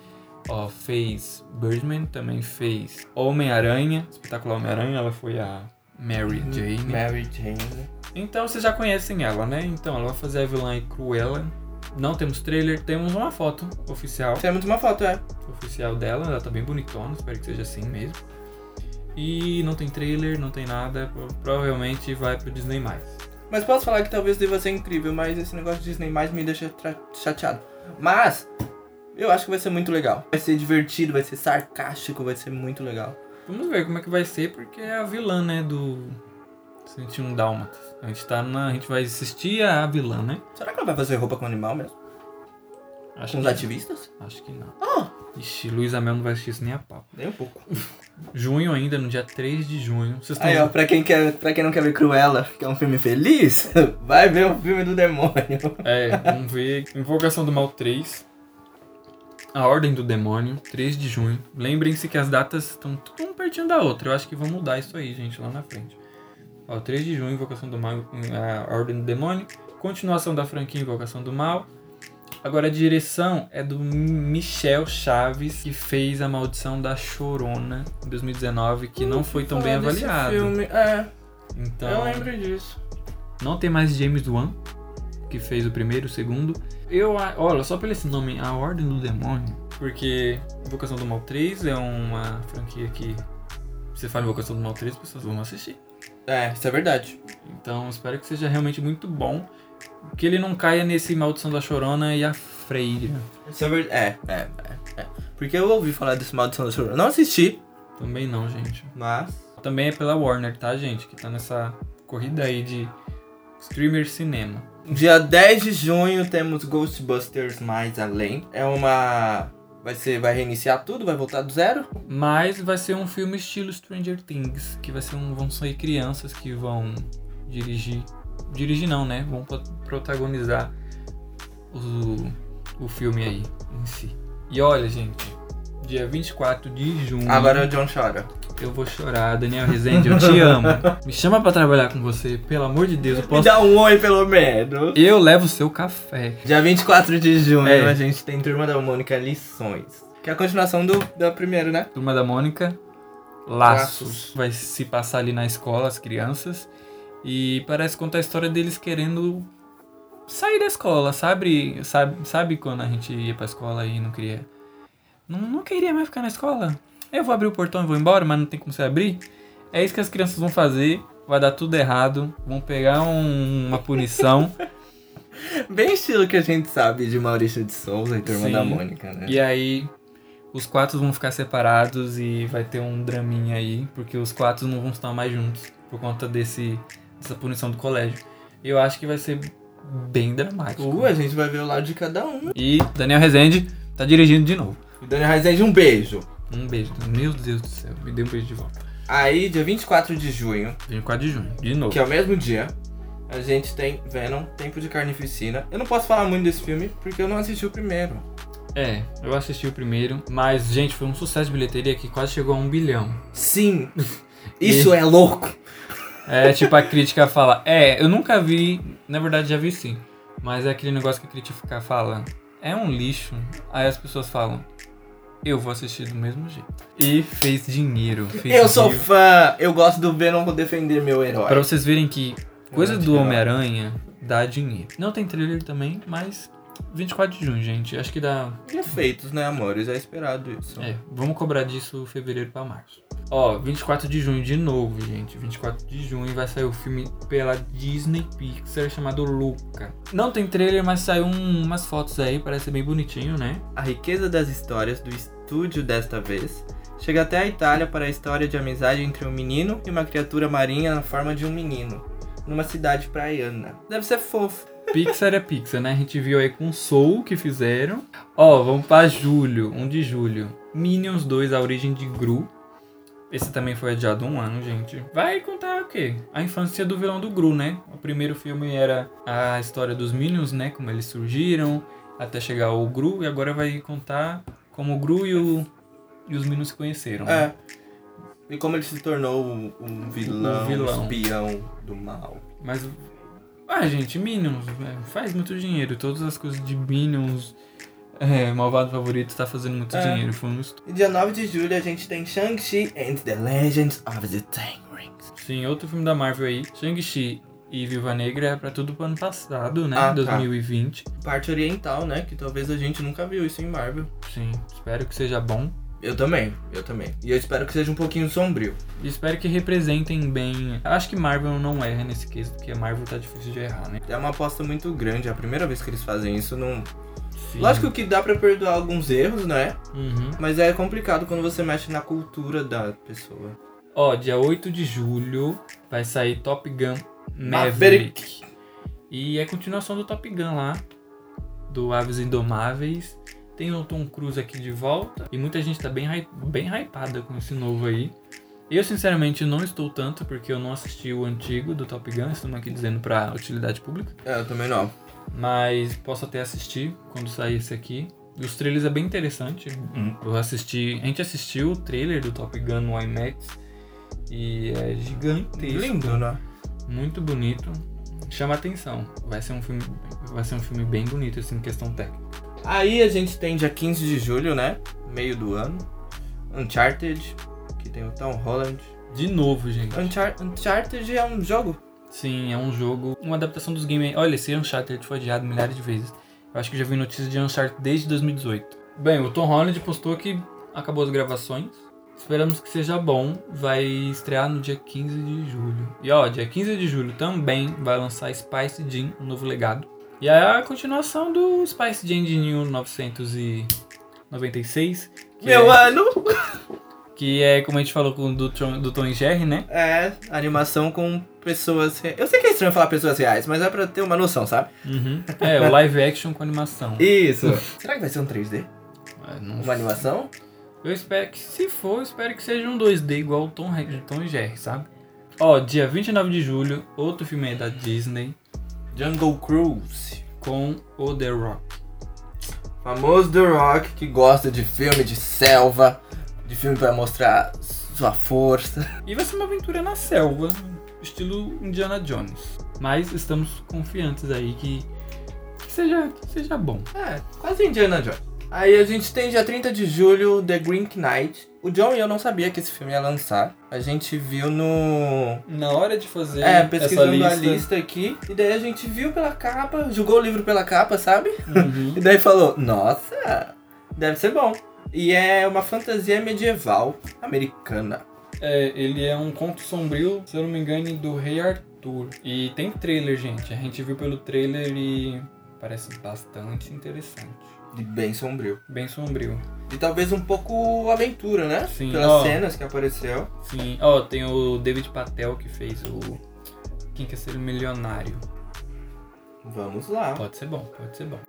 [SPEAKER 1] ó, fez Birdman, também fez Homem-Aranha, espetacular Homem-Aranha, ela foi a Mary Jane.
[SPEAKER 2] Uhum. Mary Jane.
[SPEAKER 1] Então vocês já conhecem ela, né? Então ela vai fazer a vilã em Cruella. Não temos trailer, temos uma foto oficial.
[SPEAKER 2] Temos uma foto, é.
[SPEAKER 1] Oficial dela, ela tá bem bonitona, espero que seja assim mesmo. E não tem trailer, não tem nada, pro- provavelmente vai pro Disney.
[SPEAKER 2] Mas posso falar que talvez deva ser incrível, mas esse negócio de Disney mais me deixa tra- chateado. Mas eu acho que vai ser muito legal. Vai ser divertido, vai ser sarcástico, vai ser muito legal.
[SPEAKER 1] Vamos ver como é que vai ser, porque é a vilã, né? Do 101 Dálmatas. A gente tá na. A gente vai assistir a vilã, né?
[SPEAKER 2] Será que ela vai fazer roupa com animal mesmo?
[SPEAKER 1] Acho
[SPEAKER 2] Com os
[SPEAKER 1] que-
[SPEAKER 2] ativistas?
[SPEAKER 1] Acho que não.
[SPEAKER 2] Ah.
[SPEAKER 1] Ixi, Luísa Mel não vai assistir isso nem a papo.
[SPEAKER 2] Nem um pouco.
[SPEAKER 1] Junho ainda, no dia 3 de junho. Vocês
[SPEAKER 2] Aí, ó,
[SPEAKER 1] estão.
[SPEAKER 2] pra quem, quer, pra quem não quer ver Cruella, que é um filme feliz, vai ver o filme do demônio.
[SPEAKER 1] É, vamos ver. Invocação do Mal 3. A Ordem do Demônio, 3 de junho. Lembrem-se que as datas estão tudo um pertinho da outra. Eu acho que vão mudar isso aí, gente, lá na frente. Ó, 3 de junho, Invocação do Mal, a Ordem do Demônio. Continuação da franquia Invocação do Mal. Agora a direção é do Michel Chaves, que fez a Maldição da Chorona em 2019,
[SPEAKER 2] Hum,
[SPEAKER 1] que não foi tão bem avaliado.
[SPEAKER 2] É,
[SPEAKER 1] Então,
[SPEAKER 2] disso.
[SPEAKER 1] não tem mais James Wan, que fez o primeiro, o segundo. Eu, a- olha, só pelo esse nome, A Ordem do Demônio, porque Invocação do Mal 3 é uma franquia que você fala Invocação do Mal 3, as pessoas vão assistir.
[SPEAKER 2] É, isso é verdade.
[SPEAKER 1] Então, espero que seja realmente muito bom, que ele não caia nesse Maldição da Chorona e a Freira.
[SPEAKER 2] Isso é verdade. É, é, é, é. Porque eu ouvi falar desse Maldição da Chorona. Não assisti,
[SPEAKER 1] Também não, gente.
[SPEAKER 2] mas...
[SPEAKER 1] Também é pela Warner, tá, gente? Que tá nessa corrida aí de streamer cinema.
[SPEAKER 2] Dia 10 de junho temos Ghostbusters Mais Além. É uma. Vai ser. Vai reiniciar tudo, vai voltar do zero.
[SPEAKER 1] Mas vai ser um filme estilo Stranger Things, que vai ser um, vão sair crianças que vão dirigir, dirigir não, né? Vão pro- protagonizar o, o filme aí em si. E olha, gente, dia 24 de junho,
[SPEAKER 2] Agora o John chora.
[SPEAKER 1] eu vou chorar, Daniel Rezende, eu te amo. Me chama pra trabalhar com você, pelo amor de Deus, eu
[SPEAKER 2] Me
[SPEAKER 1] posso
[SPEAKER 2] dá um oi, pelo menos.
[SPEAKER 1] Eu levo o seu café.
[SPEAKER 2] Dia 24 de junho
[SPEAKER 1] É.
[SPEAKER 2] a gente tem Turma da Mônica Lições. Que é a continuação do, da primeira, né?
[SPEAKER 1] Turma da Mônica, Laços.
[SPEAKER 2] Laços.
[SPEAKER 1] Vai se passar ali na escola, as crianças. E parece contar a história deles querendo sair da escola, sabe? Sabe, sabe quando a gente ia pra escola e não queria. Não, não queria mais ficar na escola. Eu vou abrir o portão e vou embora, mas não tem como você abrir. É isso que as crianças vão fazer. Vai dar tudo errado. Vão pegar um- uma punição.
[SPEAKER 2] Bem estilo que a gente sabe de Maurício de Souza e Turma
[SPEAKER 1] Sim.
[SPEAKER 2] da Mônica, né?
[SPEAKER 1] E aí, os quatro vão ficar separados e vai ter um draminha aí, porque os quatro não vão estar mais juntos por conta desse, dessa punição do colégio. E Eu acho que vai ser bem dramático.
[SPEAKER 2] Uh, a gente vai ver o lado de cada um.
[SPEAKER 1] E Daniel Rezende tá dirigindo de novo.
[SPEAKER 2] E Daniel Rezende, um beijo.
[SPEAKER 1] Um beijo. Meu Deus do céu, me dê um beijo de volta.
[SPEAKER 2] Aí, dia 24 de junho,
[SPEAKER 1] 24 de junho, de novo.
[SPEAKER 2] que é o mesmo dia. A gente tem Venom, Tempo de Carnificina. Eu não posso falar muito desse filme porque eu não assisti o primeiro.
[SPEAKER 1] É, eu assisti o primeiro, mas, gente, foi um sucesso de bilheteria que quase chegou a um bilhão.
[SPEAKER 2] Sim! Isso é louco!
[SPEAKER 1] É tipo a crítica fala, é, eu nunca vi, na verdade já vi sim, mas é aquele negócio que a crítica fala, é um lixo. Aí as pessoas falam, eu vou assistir do mesmo jeito. E fez dinheiro. Fez
[SPEAKER 2] Eu sou
[SPEAKER 1] dinheiro.
[SPEAKER 2] fã! Eu gosto do Venom vou defender meu herói.
[SPEAKER 1] um Pra vocês verem que coisa
[SPEAKER 2] Eu
[SPEAKER 1] do
[SPEAKER 2] acho que
[SPEAKER 1] Homem-Aranha dá dinheiro. Não tem trailer também, mas 24 de junho, gente. Acho que dá.
[SPEAKER 2] Perfeitos, né, amores? É esperado isso.
[SPEAKER 1] É, vamos cobrar disso fevereiro pra março. Ó, 24 de junho de novo, gente. 24 de junho vai sair o filme pela Disney Pixar chamado Luca. Não tem trailer, mas saiu um- umas fotos aí, parece bem bonitinho, né?
[SPEAKER 2] A riqueza das histórias do estúdio desta vez chega até a Itália para a história de amizade entre um menino e uma criatura marinha na forma de um menino, numa cidade praiana. Deve ser fofo.
[SPEAKER 1] Pixar é Pixar, né? A gente viu aí com Soul que fizeram. Ó, vamos pra julho, 1 de julho. Minions 2, A Origem de Gru. Esse também foi adiado um ano, gente. Vai contar o quê? A infância do vilão do Gru, né? O primeiro filme era a história dos Minions, né? Como eles surgiram, até chegar o Gru. E agora vai contar como o Gru e, o- e os Minions se conheceram. né?
[SPEAKER 2] É. E como ele se tornou um, um vilão,
[SPEAKER 1] Um vilão.
[SPEAKER 2] espião do mal.
[SPEAKER 1] Mas. né? Ah, gente, Minions, velho, faz muito dinheiro. Todas as coisas de Minions. É, Malvado Favorito tá fazendo muito
[SPEAKER 2] É.
[SPEAKER 1] dinheiro, foi um estu-
[SPEAKER 2] E dia 9 de julho a gente tem Shang-Chi and the Legends of the Ten Rings.
[SPEAKER 1] Sim, outro filme da Marvel aí, Shang-Chi e Viva Negra é pra tudo pro ano passado, né?
[SPEAKER 2] Ah, tá.
[SPEAKER 1] 2020.
[SPEAKER 2] Parte oriental, né? Que talvez a gente nunca viu isso em Marvel.
[SPEAKER 1] Sim, espero que seja bom.
[SPEAKER 2] Eu também, eu também. E eu espero que seja um pouquinho sombrio.
[SPEAKER 1] E espero que representem bem. Acho que Marvel não erra nesse quesito, porque a Marvel tá difícil de errar, né?
[SPEAKER 2] É uma aposta muito grande, é a primeira vez que eles fazem isso. Não...
[SPEAKER 1] Sim.
[SPEAKER 2] Lógico que dá pra perdoar alguns erros, né?
[SPEAKER 1] Uhum.
[SPEAKER 2] Mas é complicado quando você mexe na cultura da pessoa.
[SPEAKER 1] Ó, dia 8 de julho vai sair Top Gun Maverick.
[SPEAKER 2] Maverick.
[SPEAKER 1] E é continuação do Top Gun lá, do Aves Indomáveis. Tem o Tom Cruise aqui de volta. E muita gente tá bem, hy- bem hypada com esse novo aí. Eu, sinceramente, não estou tanto, porque eu não assisti o antigo do Top Gun. Estamos aqui dizendo pra utilidade pública.
[SPEAKER 2] É, eu também não.
[SPEAKER 1] Mas posso até assistir quando sair esse aqui. E os trailers é bem interessante. Eu assisti. A gente assistiu o trailer do Top Gun no IMAX. E é gigantesco.
[SPEAKER 2] Lindo, né?
[SPEAKER 1] Muito bonito. Chama atenção. Vai ser um filme. Vai ser um filme bem bonito, assim, em questão técnica.
[SPEAKER 2] Aí a gente tem dia 15 de julho, né? Meio do ano. Uncharted, que tem o Tom Holland.
[SPEAKER 1] De novo, gente.
[SPEAKER 2] Unchar- Uncharted é um jogo.
[SPEAKER 1] Sim, é um jogo. Uma adaptação dos games. Olha, esse Uncharted foi adiado milhares de vezes. Eu acho que já vi notícias de Uncharted desde 2018. Bem, o Tom Holland postou que acabou as gravações. Esperamos que seja bom. Vai estrear no dia 15 de julho. E ó, dia 15 de julho também vai lançar Spice Jam, um novo legado. E é a continuação do Spice Jam de 1996. Que
[SPEAKER 2] Meu
[SPEAKER 1] é,
[SPEAKER 2] ano!
[SPEAKER 1] que é, como a gente falou, com o do, Tron- do Tom e Jerry, né?
[SPEAKER 2] É, animação com pessoas. re- Eu sei que é estranho falar pessoas reais, mas é pra ter uma noção, sabe?
[SPEAKER 1] Uhum. É, o live action com animação.
[SPEAKER 2] Isso. Será que vai ser um 3D?
[SPEAKER 1] É, não
[SPEAKER 2] Uma animação?
[SPEAKER 1] Eu espero que, se for, eu espero que seja um 2D igual o Tom, Hanks- Tom e Jerry, sabe? Ó, dia 29 de julho, outro filme aí da Disney
[SPEAKER 2] Jungle Cruise.
[SPEAKER 1] com o The Rock.
[SPEAKER 2] Famoso The Rock que gosta de filme de selva, de filme pra mostrar sua força.
[SPEAKER 1] E vai ser uma aventura na selva, estilo Indiana Jones. Mas estamos confiantes aí que, que seja, que seja bom.
[SPEAKER 2] É, quase Indiana Jones. Aí a gente tem dia 30 de julho The Green Knight. O John e eu não sabia que esse filme ia lançar. A gente viu no
[SPEAKER 1] Na hora de fazer
[SPEAKER 2] É, pesquisando a lista aqui. E daí a gente viu pela capa, julgou o livro pela capa, sabe?
[SPEAKER 1] uhum.
[SPEAKER 2] E daí falou, nossa, deve ser bom. E é uma fantasia medieval americana.
[SPEAKER 1] É, ele é um conto sombrio, se eu não me engano, do Rei Arthur. E tem trailer, gente. A gente viu pelo trailer e parece bastante interessante.
[SPEAKER 2] E bem sombrio.
[SPEAKER 1] Bem sombrio.
[SPEAKER 2] E talvez um pouco aventura, né?
[SPEAKER 1] Sim.
[SPEAKER 2] Pelas
[SPEAKER 1] Ó.
[SPEAKER 2] cenas que apareceu.
[SPEAKER 1] Sim. Ó, tem o David Patel que fez o Quem Quer Ser Milionário.
[SPEAKER 2] Vamos lá.
[SPEAKER 1] Pode ser bom, pode ser bom.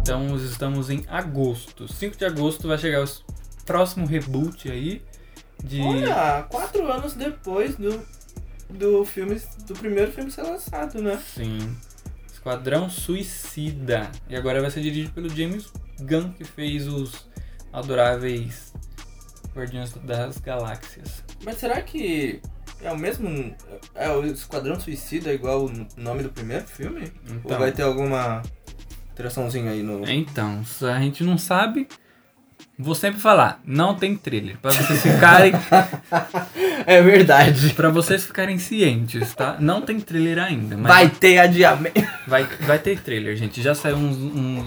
[SPEAKER 1] Então estamos em agosto. 5 de agosto vai chegar o próximo reboot aí de
[SPEAKER 2] Olha, quatro anos depois do, do filme, do primeiro filme ser lançado, né?
[SPEAKER 1] Sim. Esquadrão Suicida. E agora vai ser dirigido pelo James Gunn, que fez os adoráveis Guardiões das Galáxias.
[SPEAKER 2] Mas será que é o mesmo... É o Esquadrão Suicida igual o nome do primeiro filme? Ou
[SPEAKER 1] Então,
[SPEAKER 2] vai ter um. alguma traçãozinha aí no...
[SPEAKER 1] então, se a gente não sabe. Vou sempre falar, não tem trailer. Pra vocês ficarem,
[SPEAKER 2] É verdade.
[SPEAKER 1] pra vocês ficarem cientes, tá? Não tem trailer ainda, mas
[SPEAKER 2] Vai ter adiamento.
[SPEAKER 1] vai, vai ter trailer, gente. Já saiu uns, um-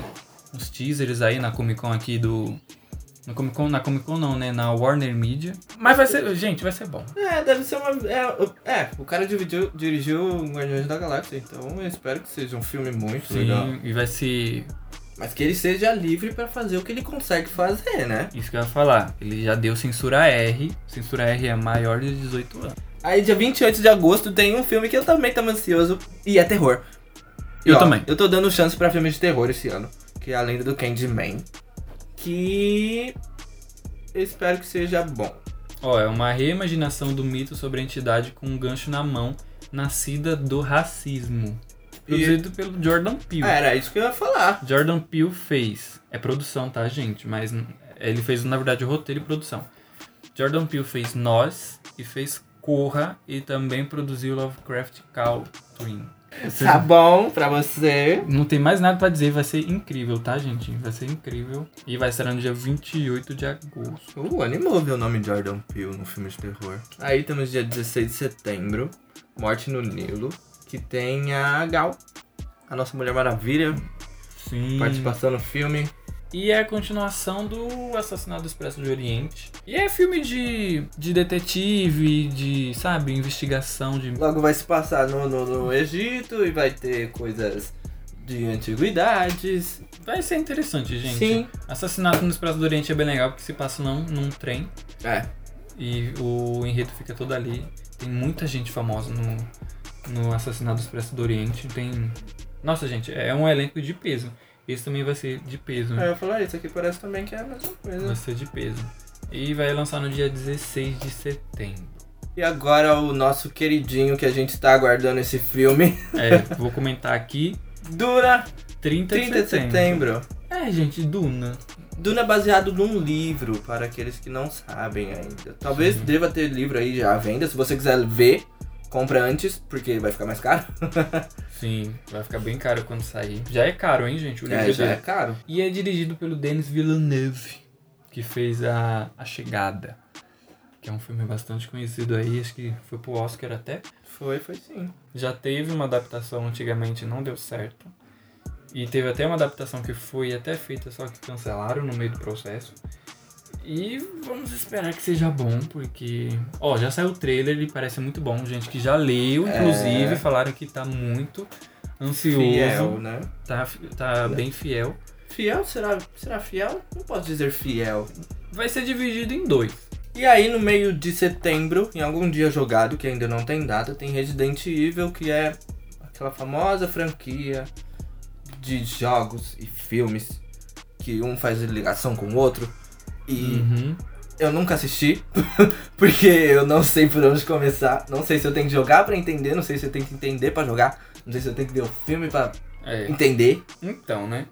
[SPEAKER 1] uns teasers aí na Comic Con aqui do. Na Comic Con, na Comic Con não, né? Na Warner Media. Mas vai ser. Gente, vai ser bom.
[SPEAKER 2] É, deve ser uma. É, é, o cara dividiu, dirigiu Guardiões da Galáxia, então eu espero que seja um filme muito
[SPEAKER 1] Sim,
[SPEAKER 2] legal.
[SPEAKER 1] e vai ser.
[SPEAKER 2] Mas que ele seja livre pra fazer o que ele consegue fazer, né?
[SPEAKER 1] Isso que eu ia falar. Ele já deu censura R. Censura R é maior de 18 anos.
[SPEAKER 2] Aí, dia 28 de agosto, tem um filme que eu também tava ansioso e é terror. E,
[SPEAKER 1] Eu
[SPEAKER 2] ó,
[SPEAKER 1] também.
[SPEAKER 2] Eu tô dando chance pra filme de terror esse ano, que é a lenda do Candyman. Que. Eu espero que seja bom.
[SPEAKER 1] Ó, é uma reimaginação do mito sobre a entidade com um gancho na mão, nascida do racismo. Produzido pelo Jordan Peele.
[SPEAKER 2] Ah, era isso que eu ia falar.
[SPEAKER 1] Jordan Peele fez. É produção, tá, gente? Mas n- ele fez, na verdade, roteiro e produção. Jordan Peele fez Nós e fez Corra e também produziu Lovecraft Cow Twin. Vocês-
[SPEAKER 2] Tá bom pra você.
[SPEAKER 1] Não tem mais nada pra dizer, vai ser incrível, tá, gente? Vai ser incrível. E vai estar no dia 28 de agosto.
[SPEAKER 2] Uh, animou ver o nome de Jordan Peele no filme de terror. Aí temos dia 16 de setembro, Morte no Nilo, que tem a Gal, a nossa Mulher Maravilha,
[SPEAKER 1] Sim.
[SPEAKER 2] participação no filme.
[SPEAKER 1] E é a continuação do Assassinato do Expresso do Oriente. E é filme de, de detetive, de, sabe, investigação, de
[SPEAKER 2] Logo vai se passar no, no, no Egito e vai ter coisas de antiguidades.
[SPEAKER 1] Vai ser interessante, gente.
[SPEAKER 2] Sim.
[SPEAKER 1] Assassinato no Expresso do Oriente é bem legal, porque se passa num, num trem
[SPEAKER 2] É.
[SPEAKER 1] e o enredo fica todo ali. Tem muita gente famosa no, no Assassinato do Expresso do Oriente. Tem. Nossa, gente, é um elenco de peso. Esse também vai ser de peso,
[SPEAKER 2] Aí
[SPEAKER 1] né?
[SPEAKER 2] eu falar, isso aqui parece também que é a mesma coisa.
[SPEAKER 1] Vai ser de peso. E vai lançar no dia 16 de setembro.
[SPEAKER 2] E agora o nosso queridinho que a gente tá aguardando esse filme.
[SPEAKER 1] É, vou comentar aqui.
[SPEAKER 2] Duna,
[SPEAKER 1] 30,
[SPEAKER 2] 30 de setembro.
[SPEAKER 1] É, gente, Duna.
[SPEAKER 2] Duna é baseado num livro, para aqueles que não sabem ainda. Talvez
[SPEAKER 1] Sim.
[SPEAKER 2] deva ter livro aí já à venda. Se você quiser ver, compra antes, porque vai ficar mais caro.
[SPEAKER 1] Sim, vai ficar bem caro quando sair. Já é caro, hein, gente? O livro
[SPEAKER 2] É, já
[SPEAKER 1] dele.
[SPEAKER 2] é caro.
[SPEAKER 1] E é dirigido pelo Denis Villeneuve, que fez a, a Chegada, que é um filme bastante conhecido aí, acho que foi pro Oscar até.
[SPEAKER 2] Foi, foi sim.
[SPEAKER 1] Já teve uma adaptação antigamente, não deu certo. E teve até uma adaptação que foi até feita, só que cancelaram no meio do processo. E vamos esperar que seja bom, porque. Ó, já saiu o trailer e parece muito bom, gente que já leu,
[SPEAKER 2] É.
[SPEAKER 1] inclusive, falaram que tá muito ansioso.
[SPEAKER 2] Fiel, né?
[SPEAKER 1] Tá, tá bem fiel.
[SPEAKER 2] Fiel? Será, será fiel? Não posso dizer fiel.
[SPEAKER 1] Vai ser dividido em dois.
[SPEAKER 2] E aí, no meio de setembro, em algum dia jogado, que ainda não tem data, tem Resident Evil, que é aquela famosa franquia de jogos e filmes que um faz ligação com o outro. E
[SPEAKER 1] Uhum.
[SPEAKER 2] eu nunca assisti, porque eu não sei por onde começar. Não sei se eu tenho que jogar pra entender, não sei se eu tenho que entender pra jogar, não sei se eu tenho que ver o filme pra
[SPEAKER 1] É.
[SPEAKER 2] entender.
[SPEAKER 1] Então, né?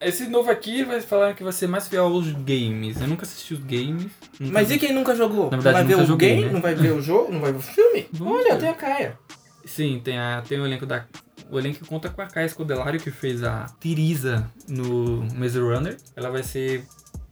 [SPEAKER 1] Esse novo aqui vai falar que vai ser mais fiel aos games. Eu nunca assisti os games. nunca
[SPEAKER 2] Mas
[SPEAKER 1] vi.
[SPEAKER 2] e quem nunca jogou?
[SPEAKER 1] Na verdade,
[SPEAKER 2] não vai ver
[SPEAKER 1] nunca
[SPEAKER 2] o
[SPEAKER 1] joguei,
[SPEAKER 2] game?
[SPEAKER 1] né?
[SPEAKER 2] Não vai ver o jogo? Não vai ver o filme?
[SPEAKER 1] Vamos
[SPEAKER 2] Olha,
[SPEAKER 1] ver.
[SPEAKER 2] tem a Kaia.
[SPEAKER 1] Sim, tem, a, tem o elenco da. O elenco conta com a Kai Scodelario, que fez a Tiriza no Maze Runner. Ela vai ser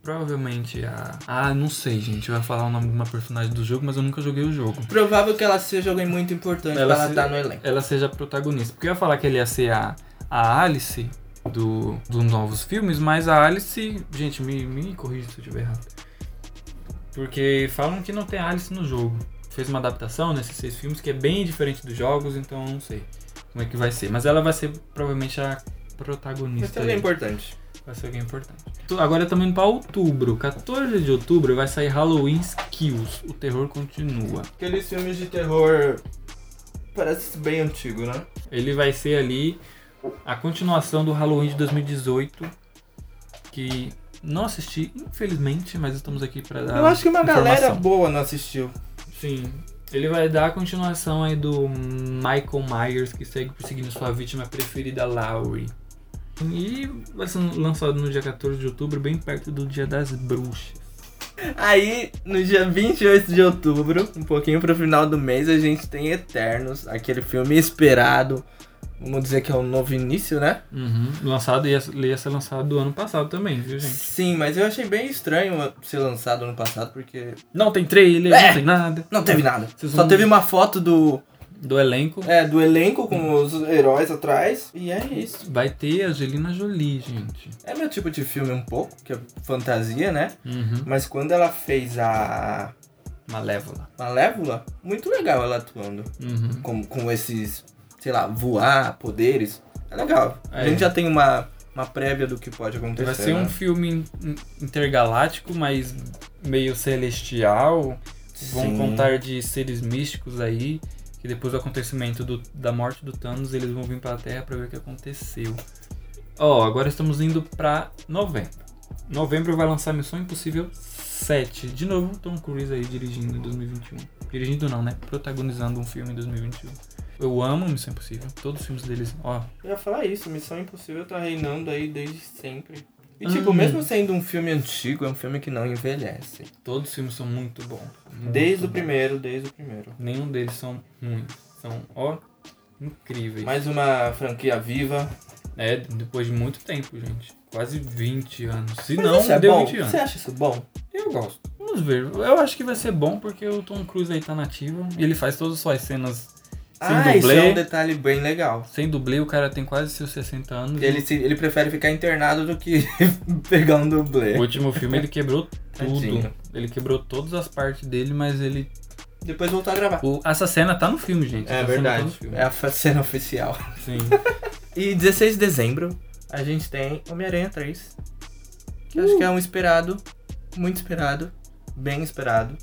[SPEAKER 1] provavelmente a. Ah, não sei, gente. Eu ia falar o nome de uma personagem do jogo, mas eu nunca joguei o jogo.
[SPEAKER 2] Provável que ela seja alguém muito importante
[SPEAKER 1] Ela
[SPEAKER 2] pra ela
[SPEAKER 1] se-
[SPEAKER 2] estar no elenco.
[SPEAKER 1] Ela seja a protagonista. Porque eu ia falar que ele ia ser a, a Alice do, dos novos filmes, mas a Alice. Gente, me, me corrija se eu estiver errado. Porque falam que não tem Alice no jogo. Fez uma adaptação nesses seis filmes que é bem diferente dos jogos, então eu não sei como é que vai ser. Mas ela vai ser provavelmente a
[SPEAKER 2] Mas
[SPEAKER 1] protagonista.
[SPEAKER 2] também é
[SPEAKER 1] aí.
[SPEAKER 2] importante.
[SPEAKER 1] Vai ser alguém importante. Tu- Agora estamos indo pra outubro. 14 de outubro vai sair Halloween Kills. O terror continua.
[SPEAKER 2] Aqueles filmes de terror parece bem antigo, né?
[SPEAKER 1] Ele vai ser ali a continuação do Halloween de 2018, que não assisti, infelizmente, mas estamos aqui para dar.
[SPEAKER 2] Eu acho que uma galera
[SPEAKER 1] Ah, informação.
[SPEAKER 2] boa não assistiu.
[SPEAKER 1] Sim. Ele vai dar a continuação aí do Michael Myers, que segue perseguindo sua vítima preferida, Laurie. E vai ser lançado no dia 14 de outubro, bem perto do Dia das Bruxas.
[SPEAKER 2] Aí, no dia 28 de outubro, um pouquinho pro final do mês, a gente tem Eternos, aquele filme esperado. Vamos dizer que é um novo início, né?
[SPEAKER 1] Uhum. Lançado, ia, ia ser lançado do ano passado também, viu, gente?
[SPEAKER 2] Sim, mas eu achei bem estranho ser lançado ano passado, porque
[SPEAKER 1] Não tem trailer,
[SPEAKER 2] É.
[SPEAKER 1] não tem nada.
[SPEAKER 2] não teve nada.
[SPEAKER 1] Vocês
[SPEAKER 2] Só
[SPEAKER 1] vão-
[SPEAKER 2] teve uma foto do,
[SPEAKER 1] Do elenco.
[SPEAKER 2] é, do elenco com os heróis atrás. E é isso.
[SPEAKER 1] Vai ter Angelina Jolie, gente.
[SPEAKER 2] É meu tipo de filme um pouco, que é fantasia, né?
[SPEAKER 1] Uhum.
[SPEAKER 2] Mas quando ela fez a
[SPEAKER 1] Malévola.
[SPEAKER 2] Malévola, muito legal ela atuando.
[SPEAKER 1] Uhum.
[SPEAKER 2] Com, com esses, sei lá, voar, poderes. É legal. A
[SPEAKER 1] É.
[SPEAKER 2] gente já tem uma, uma prévia do que pode acontecer.
[SPEAKER 1] Vai ser
[SPEAKER 2] né?
[SPEAKER 1] um filme in- intergaláctico, mas meio celestial. Vão
[SPEAKER 2] Sim.
[SPEAKER 1] contar de seres místicos aí. Que depois do acontecimento do- da morte do Thanos, eles vão vir pra Terra pra ver o que aconteceu. Ó, agora estamos indo pra novembro. Novembro vai lançar Missão Impossível 7. De um novo, Tom Cruise aí dirigindo em 2021. Dirigindo não, né? Protagonizando um filme em 2021. Eu amo Missão Impossível. Todos os filmes deles, ó.
[SPEAKER 2] Eu ia falar isso, Missão Impossível tá reinando aí desde sempre. E
[SPEAKER 1] Hum.
[SPEAKER 2] tipo, mesmo sendo um filme antigo, é um filme que não envelhece.
[SPEAKER 1] Todos os filmes são muito bons. Muito
[SPEAKER 2] Desde o
[SPEAKER 1] bons.
[SPEAKER 2] primeiro, desde o primeiro.
[SPEAKER 1] Nenhum deles são ruins. São, ó, incríveis.
[SPEAKER 2] Mais uma franquia viva.
[SPEAKER 1] É, depois de muito tempo, gente. Quase 20 anos. Se
[SPEAKER 2] Mas
[SPEAKER 1] não,
[SPEAKER 2] isso é
[SPEAKER 1] deu
[SPEAKER 2] bom?
[SPEAKER 1] 20 anos.
[SPEAKER 2] Você acha isso é- bom?
[SPEAKER 1] Eu gosto. Vamos ver. Eu acho que vai ser bom porque o Tom Cruise aí tá nativo. E ele faz todas as suas cenas sem
[SPEAKER 2] ah, isso é
[SPEAKER 1] dublê.
[SPEAKER 2] um detalhe bem legal.
[SPEAKER 1] Sem dublê, o cara tem quase seus 60 anos.
[SPEAKER 2] Ele, se- ele prefere ficar internado do que pegar um dublê.
[SPEAKER 1] O último filme ele quebrou tudo.
[SPEAKER 2] Tadinho.
[SPEAKER 1] Ele quebrou todas as partes dele, mas ele.
[SPEAKER 2] Depois voltar a gravar.
[SPEAKER 1] o- Essa cena tá no filme, gente.
[SPEAKER 2] É
[SPEAKER 1] Essa cena tá no
[SPEAKER 2] verdade.
[SPEAKER 1] filme.
[SPEAKER 2] É a fa- cena oficial.
[SPEAKER 1] Sim.
[SPEAKER 2] E 16 de dezembro, a gente tem Homem-Aranha 3. Que eu acho que é um esperado, muito esperado, bem esperado.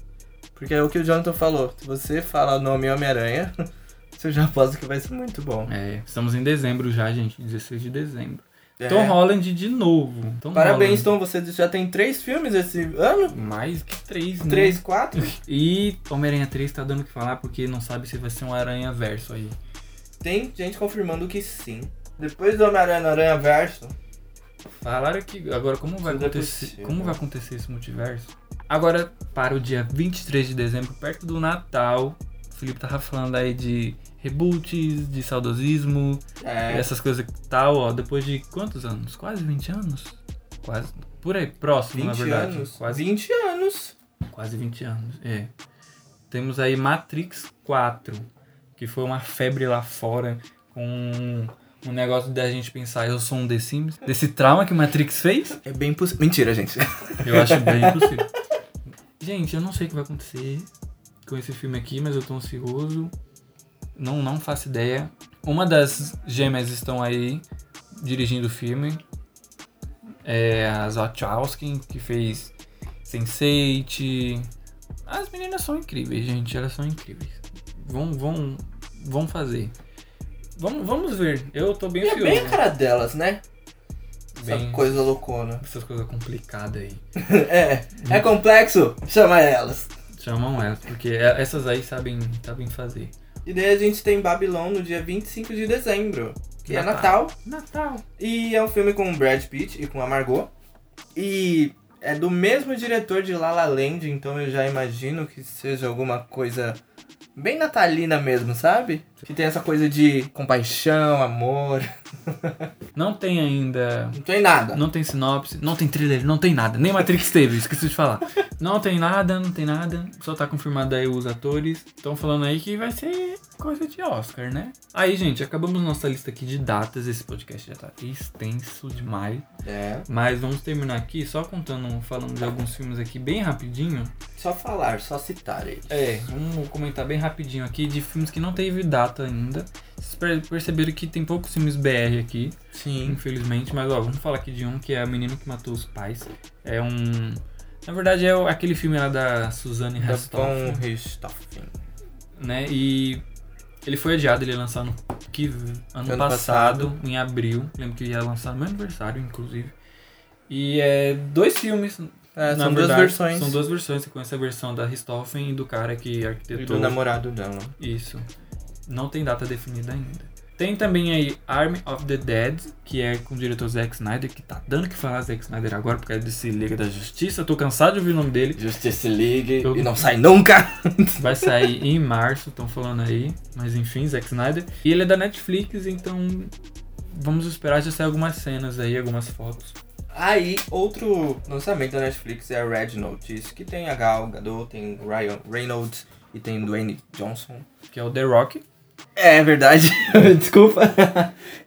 [SPEAKER 2] Porque é o que o Jonathan falou. Se você fala o nome Homem-Aranha, você já aposto que vai ser muito bom.
[SPEAKER 1] É, estamos em dezembro já, gente. 16 de dezembro.
[SPEAKER 2] É.
[SPEAKER 1] Tom Holland de novo. Tom
[SPEAKER 2] Parabéns,
[SPEAKER 1] Holland.
[SPEAKER 2] Tom. Você já tem três filmes esse ano?
[SPEAKER 1] Mais que três, né?
[SPEAKER 2] Três, quatro?
[SPEAKER 1] E Homem-Aranha 3 tá dando o que falar porque não sabe se vai ser um aranha verso aí.
[SPEAKER 2] Tem gente confirmando que sim. Depois do Homem-Aranha no Aranha Verso,
[SPEAKER 1] Falaram que agora como vai
[SPEAKER 2] Tudo é
[SPEAKER 1] acontecer,
[SPEAKER 2] possível.
[SPEAKER 1] como vai acontecer esse multiverso? Agora para o dia 23 de dezembro, perto do Natal, o Felipe tava falando aí de reboots, de saudosismo,
[SPEAKER 2] é,
[SPEAKER 1] essas coisas que tal, ó, depois de quantos anos? Quase 20 anos? Quase por aí, próximo, na
[SPEAKER 2] 20
[SPEAKER 1] verdade,
[SPEAKER 2] anos.
[SPEAKER 1] quase
[SPEAKER 2] 20 anos.
[SPEAKER 1] Quase 20 anos, é. Temos aí Matrix 4, que foi uma febre lá fora, com um negócio da gente pensar, eu sou um The Sims, desse trauma que Matrix fez,
[SPEAKER 2] É bem possível. Mentira, gente.
[SPEAKER 1] eu acho bem possível. Gente, eu não sei o que vai acontecer com esse filme aqui, mas eu tô ansioso, não, não faço ideia. Uma das gêmeas estão aí dirigindo o filme, é a Wachowski, que fez Sense8. As meninas são incríveis, gente. Elas são incríveis. Vão, vão, vão fazer. Vamos, vamos ver. Eu tô bem
[SPEAKER 2] E é
[SPEAKER 1] ansioso.
[SPEAKER 2] bem a cara delas, né?
[SPEAKER 1] Bem-
[SPEAKER 2] Essa coisa loucona.
[SPEAKER 1] Essas coisas complicadas aí.
[SPEAKER 2] É, é complexo? Chama elas.
[SPEAKER 1] Chamam elas, porque é- essas aí sabem, sabem fazer.
[SPEAKER 2] E daí a gente tem Babylon no dia 25 de dezembro, que é
[SPEAKER 1] Natal.
[SPEAKER 2] Natal.
[SPEAKER 1] Natal.
[SPEAKER 2] E é um filme com o Brad Pitt e com a Margot. E é do mesmo diretor de La La Land, então eu já imagino que seja alguma coisa bem natalina mesmo, sabe? Que tem essa coisa de compaixão, amor.
[SPEAKER 1] Não tem ainda.
[SPEAKER 2] Não tem nada.
[SPEAKER 1] Não tem sinopse, não tem trailer, não tem nada. Nem Matrix teve, esqueci de falar. Não tem nada, não tem nada. Só tá confirmado aí os atores. Estão falando aí que vai ser coisa de Oscar, né? Aí, gente, acabamos nossa lista aqui de datas. Esse podcast já tá extenso demais.
[SPEAKER 2] É.
[SPEAKER 1] Mas vamos terminar aqui só contando, falando de alguns filmes aqui bem rapidinho.
[SPEAKER 2] Só falar, só citar ele.
[SPEAKER 1] É, vamos comentar bem rapidinho aqui de filmes que não teve data ainda. Vocês per- perceberam que tem poucos filmes BR aqui.
[SPEAKER 2] Sim.
[SPEAKER 1] Infelizmente, mas ó, vamos falar aqui de um que é a menina que matou os pais. É um. Na verdade, é o- aquele filme lá da Suzanne
[SPEAKER 2] Da Tom
[SPEAKER 1] Rastoff,
[SPEAKER 2] Richthofen.
[SPEAKER 1] né? E ele foi adiado, ele ia lançar no que, ano,
[SPEAKER 2] Ano
[SPEAKER 1] passado, em abril. Lembro que ia lançar no meu aniversário, inclusive. E é dois filmes.
[SPEAKER 2] É,
[SPEAKER 1] na
[SPEAKER 2] são duas
[SPEAKER 1] verdade,
[SPEAKER 2] versões.
[SPEAKER 1] São duas versões. Você conhece a versão da Ristoffen e do cara que
[SPEAKER 2] E
[SPEAKER 1] arquitetou
[SPEAKER 2] do namorado dela.
[SPEAKER 1] isso. Não tem data definida ainda. Tem também aí Army of the Dead, que é com o diretor Zack Snyder, que tá dando o que falar Zack Snyder agora por causa desse Liga da Justiça. Eu tô cansado de ouvir o nome dele.
[SPEAKER 2] Justice League
[SPEAKER 1] Eu-
[SPEAKER 2] e não sai nunca.
[SPEAKER 1] Vai sair em março, estão falando aí. Mas enfim, Zack Snyder. E ele é da Netflix, então vamos esperar já sair algumas cenas aí, algumas fotos.
[SPEAKER 2] Aí, outro lançamento da Netflix é a Red Notice, que tem a Gal Gadot, tem o Ryan Reynolds e tem o Dwayne Johnson.
[SPEAKER 1] Que é o The Rock.
[SPEAKER 2] É verdade, desculpa.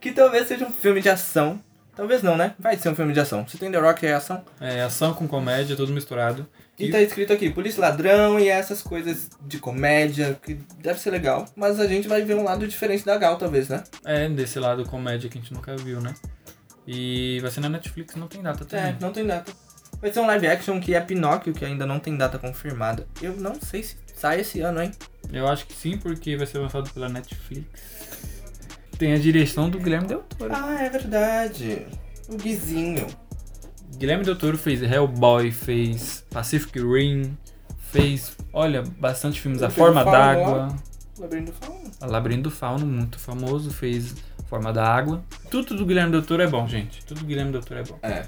[SPEAKER 2] que talvez seja um filme de ação. Talvez não, né? Vai ser um filme de ação. Se tem The Rock, é ação.
[SPEAKER 1] É, ação com comédia, tudo misturado.
[SPEAKER 2] E
[SPEAKER 1] E-
[SPEAKER 2] tá escrito aqui, Polícia Ladrão e essas coisas de comédia, que deve ser legal. Mas a gente vai ver um lado diferente da Gal, talvez, né?
[SPEAKER 1] É, desse lado comédia que a gente nunca viu, né? E vai ser na Netflix, não tem data também.
[SPEAKER 2] É, não tem data. Vai ser um live action que é Pinóquio, que ainda não tem data confirmada. Eu não sei se sai esse ano, hein?
[SPEAKER 1] Eu acho que sim, porque vai ser lançado pela Netflix. Tem a direção do Guilherme Del Toro.
[SPEAKER 2] Ah, é verdade. O Guizinho.
[SPEAKER 1] Guilherme Del Toro fez Hellboy, fez Pacific Rim, fez, olha, bastante filmes. A
[SPEAKER 2] Ele
[SPEAKER 1] Forma
[SPEAKER 2] fala,
[SPEAKER 1] d'Água,
[SPEAKER 2] Labirinto do Fauno.
[SPEAKER 1] A Labirinto do Fauno, muito famoso, fez Forma da Água. Tudo do Guilherme Del Toro é bom, gente. Tudo do Guilherme Del Toro é bom.
[SPEAKER 2] É.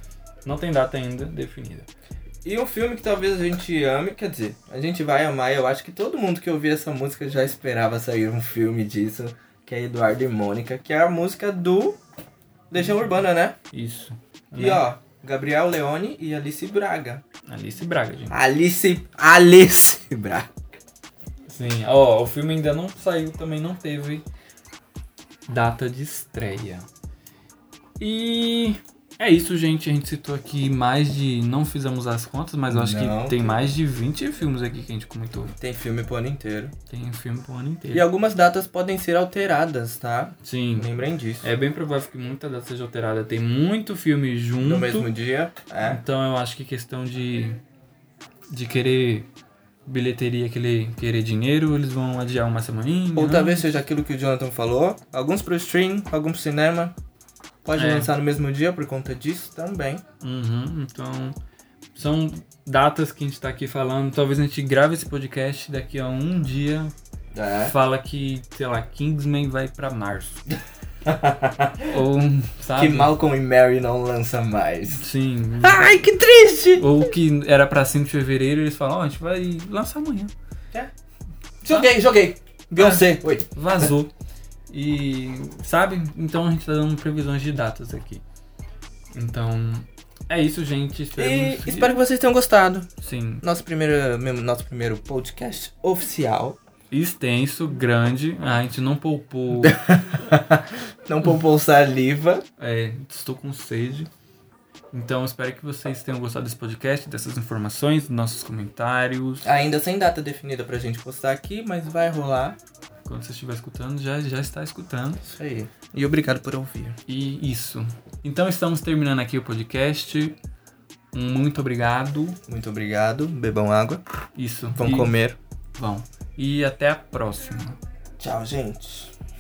[SPEAKER 1] Não tem data ainda definida.
[SPEAKER 2] E um filme que talvez a gente ame, quer dizer, a gente vai amar, eu acho que todo mundo que ouvia essa música já esperava sair um filme disso, que é Eduardo e Mônica, que é a música do Legião Urbana, né?
[SPEAKER 1] Isso. né?
[SPEAKER 2] E ó, Gabriel Leone e Alice Braga.
[SPEAKER 1] Alice Braga, gente.
[SPEAKER 2] Alice. Alice Braga.
[SPEAKER 1] Sim. Ó, o filme ainda não saiu, também não teve data de estreia. E é isso, gente. A gente citou aqui mais de. Não fizemos as contas, mas eu acho
[SPEAKER 2] Não,
[SPEAKER 1] que tem
[SPEAKER 2] tem-
[SPEAKER 1] mais de 20 filmes aqui que a gente comentou.
[SPEAKER 2] Tem filme pro ano inteiro.
[SPEAKER 1] Tem um filme pro ano inteiro.
[SPEAKER 2] E é algumas datas podem ser alteradas, tá?
[SPEAKER 1] Sim.
[SPEAKER 2] Lembrem disso.
[SPEAKER 1] É bem provável que muita data seja alterada. Tem muito filme junto.
[SPEAKER 2] No mesmo dia. É.
[SPEAKER 1] Então eu acho que questão de. de querer bilheteria, querer, querer dinheiro, eles vão adiar uma semaninha.
[SPEAKER 2] Ou
[SPEAKER 1] né?
[SPEAKER 2] talvez seja aquilo que o Jonathan falou. Alguns pro stream, alguns pro cinema. Pode
[SPEAKER 1] É.
[SPEAKER 2] lançar no mesmo dia por conta disso também.
[SPEAKER 1] Uhum, então, são datas que a gente tá aqui falando. Talvez a gente grave esse podcast daqui a um dia.
[SPEAKER 2] É.
[SPEAKER 1] Fala que, sei lá, Kingsman vai pra março. Ou, sabe?
[SPEAKER 2] Que Malcolm e Mary não lança mais.
[SPEAKER 1] Sim.
[SPEAKER 2] Ai, que triste!
[SPEAKER 1] Ou que era pra 5 de fevereiro, eles falam, ó, a gente vai lançar amanhã. Ah.
[SPEAKER 2] Joguei, joguei. Beyoncé. Ah. Oi.
[SPEAKER 1] Vazou. E, sabe? Então a gente tá dando previsões de datas aqui. Então, é isso, gente.
[SPEAKER 2] E
[SPEAKER 1] Esperamos que-
[SPEAKER 2] espero que vocês tenham gostado.
[SPEAKER 1] Sim.
[SPEAKER 2] Nosso primeiro, mesmo nosso primeiro podcast oficial.
[SPEAKER 1] Extenso, grande. Ah, A gente não poupou...
[SPEAKER 2] Não poupou saliva.
[SPEAKER 1] É, estou com sede. Então, espero que vocês tenham gostado desse podcast, dessas informações, dos nossos comentários.
[SPEAKER 2] Ainda sem data definida pra gente postar aqui, mas vai rolar.
[SPEAKER 1] Quando você estiver escutando, já, já está escutando.
[SPEAKER 2] Isso aí. E obrigado por ouvir.
[SPEAKER 1] E isso. Então, estamos terminando aqui o podcast. Um muito obrigado.
[SPEAKER 2] Muito obrigado. Bebam água.
[SPEAKER 1] Isso.
[SPEAKER 2] Vão
[SPEAKER 1] e,
[SPEAKER 2] comer.
[SPEAKER 1] Vão. E até a próxima.
[SPEAKER 2] Tchau, gente.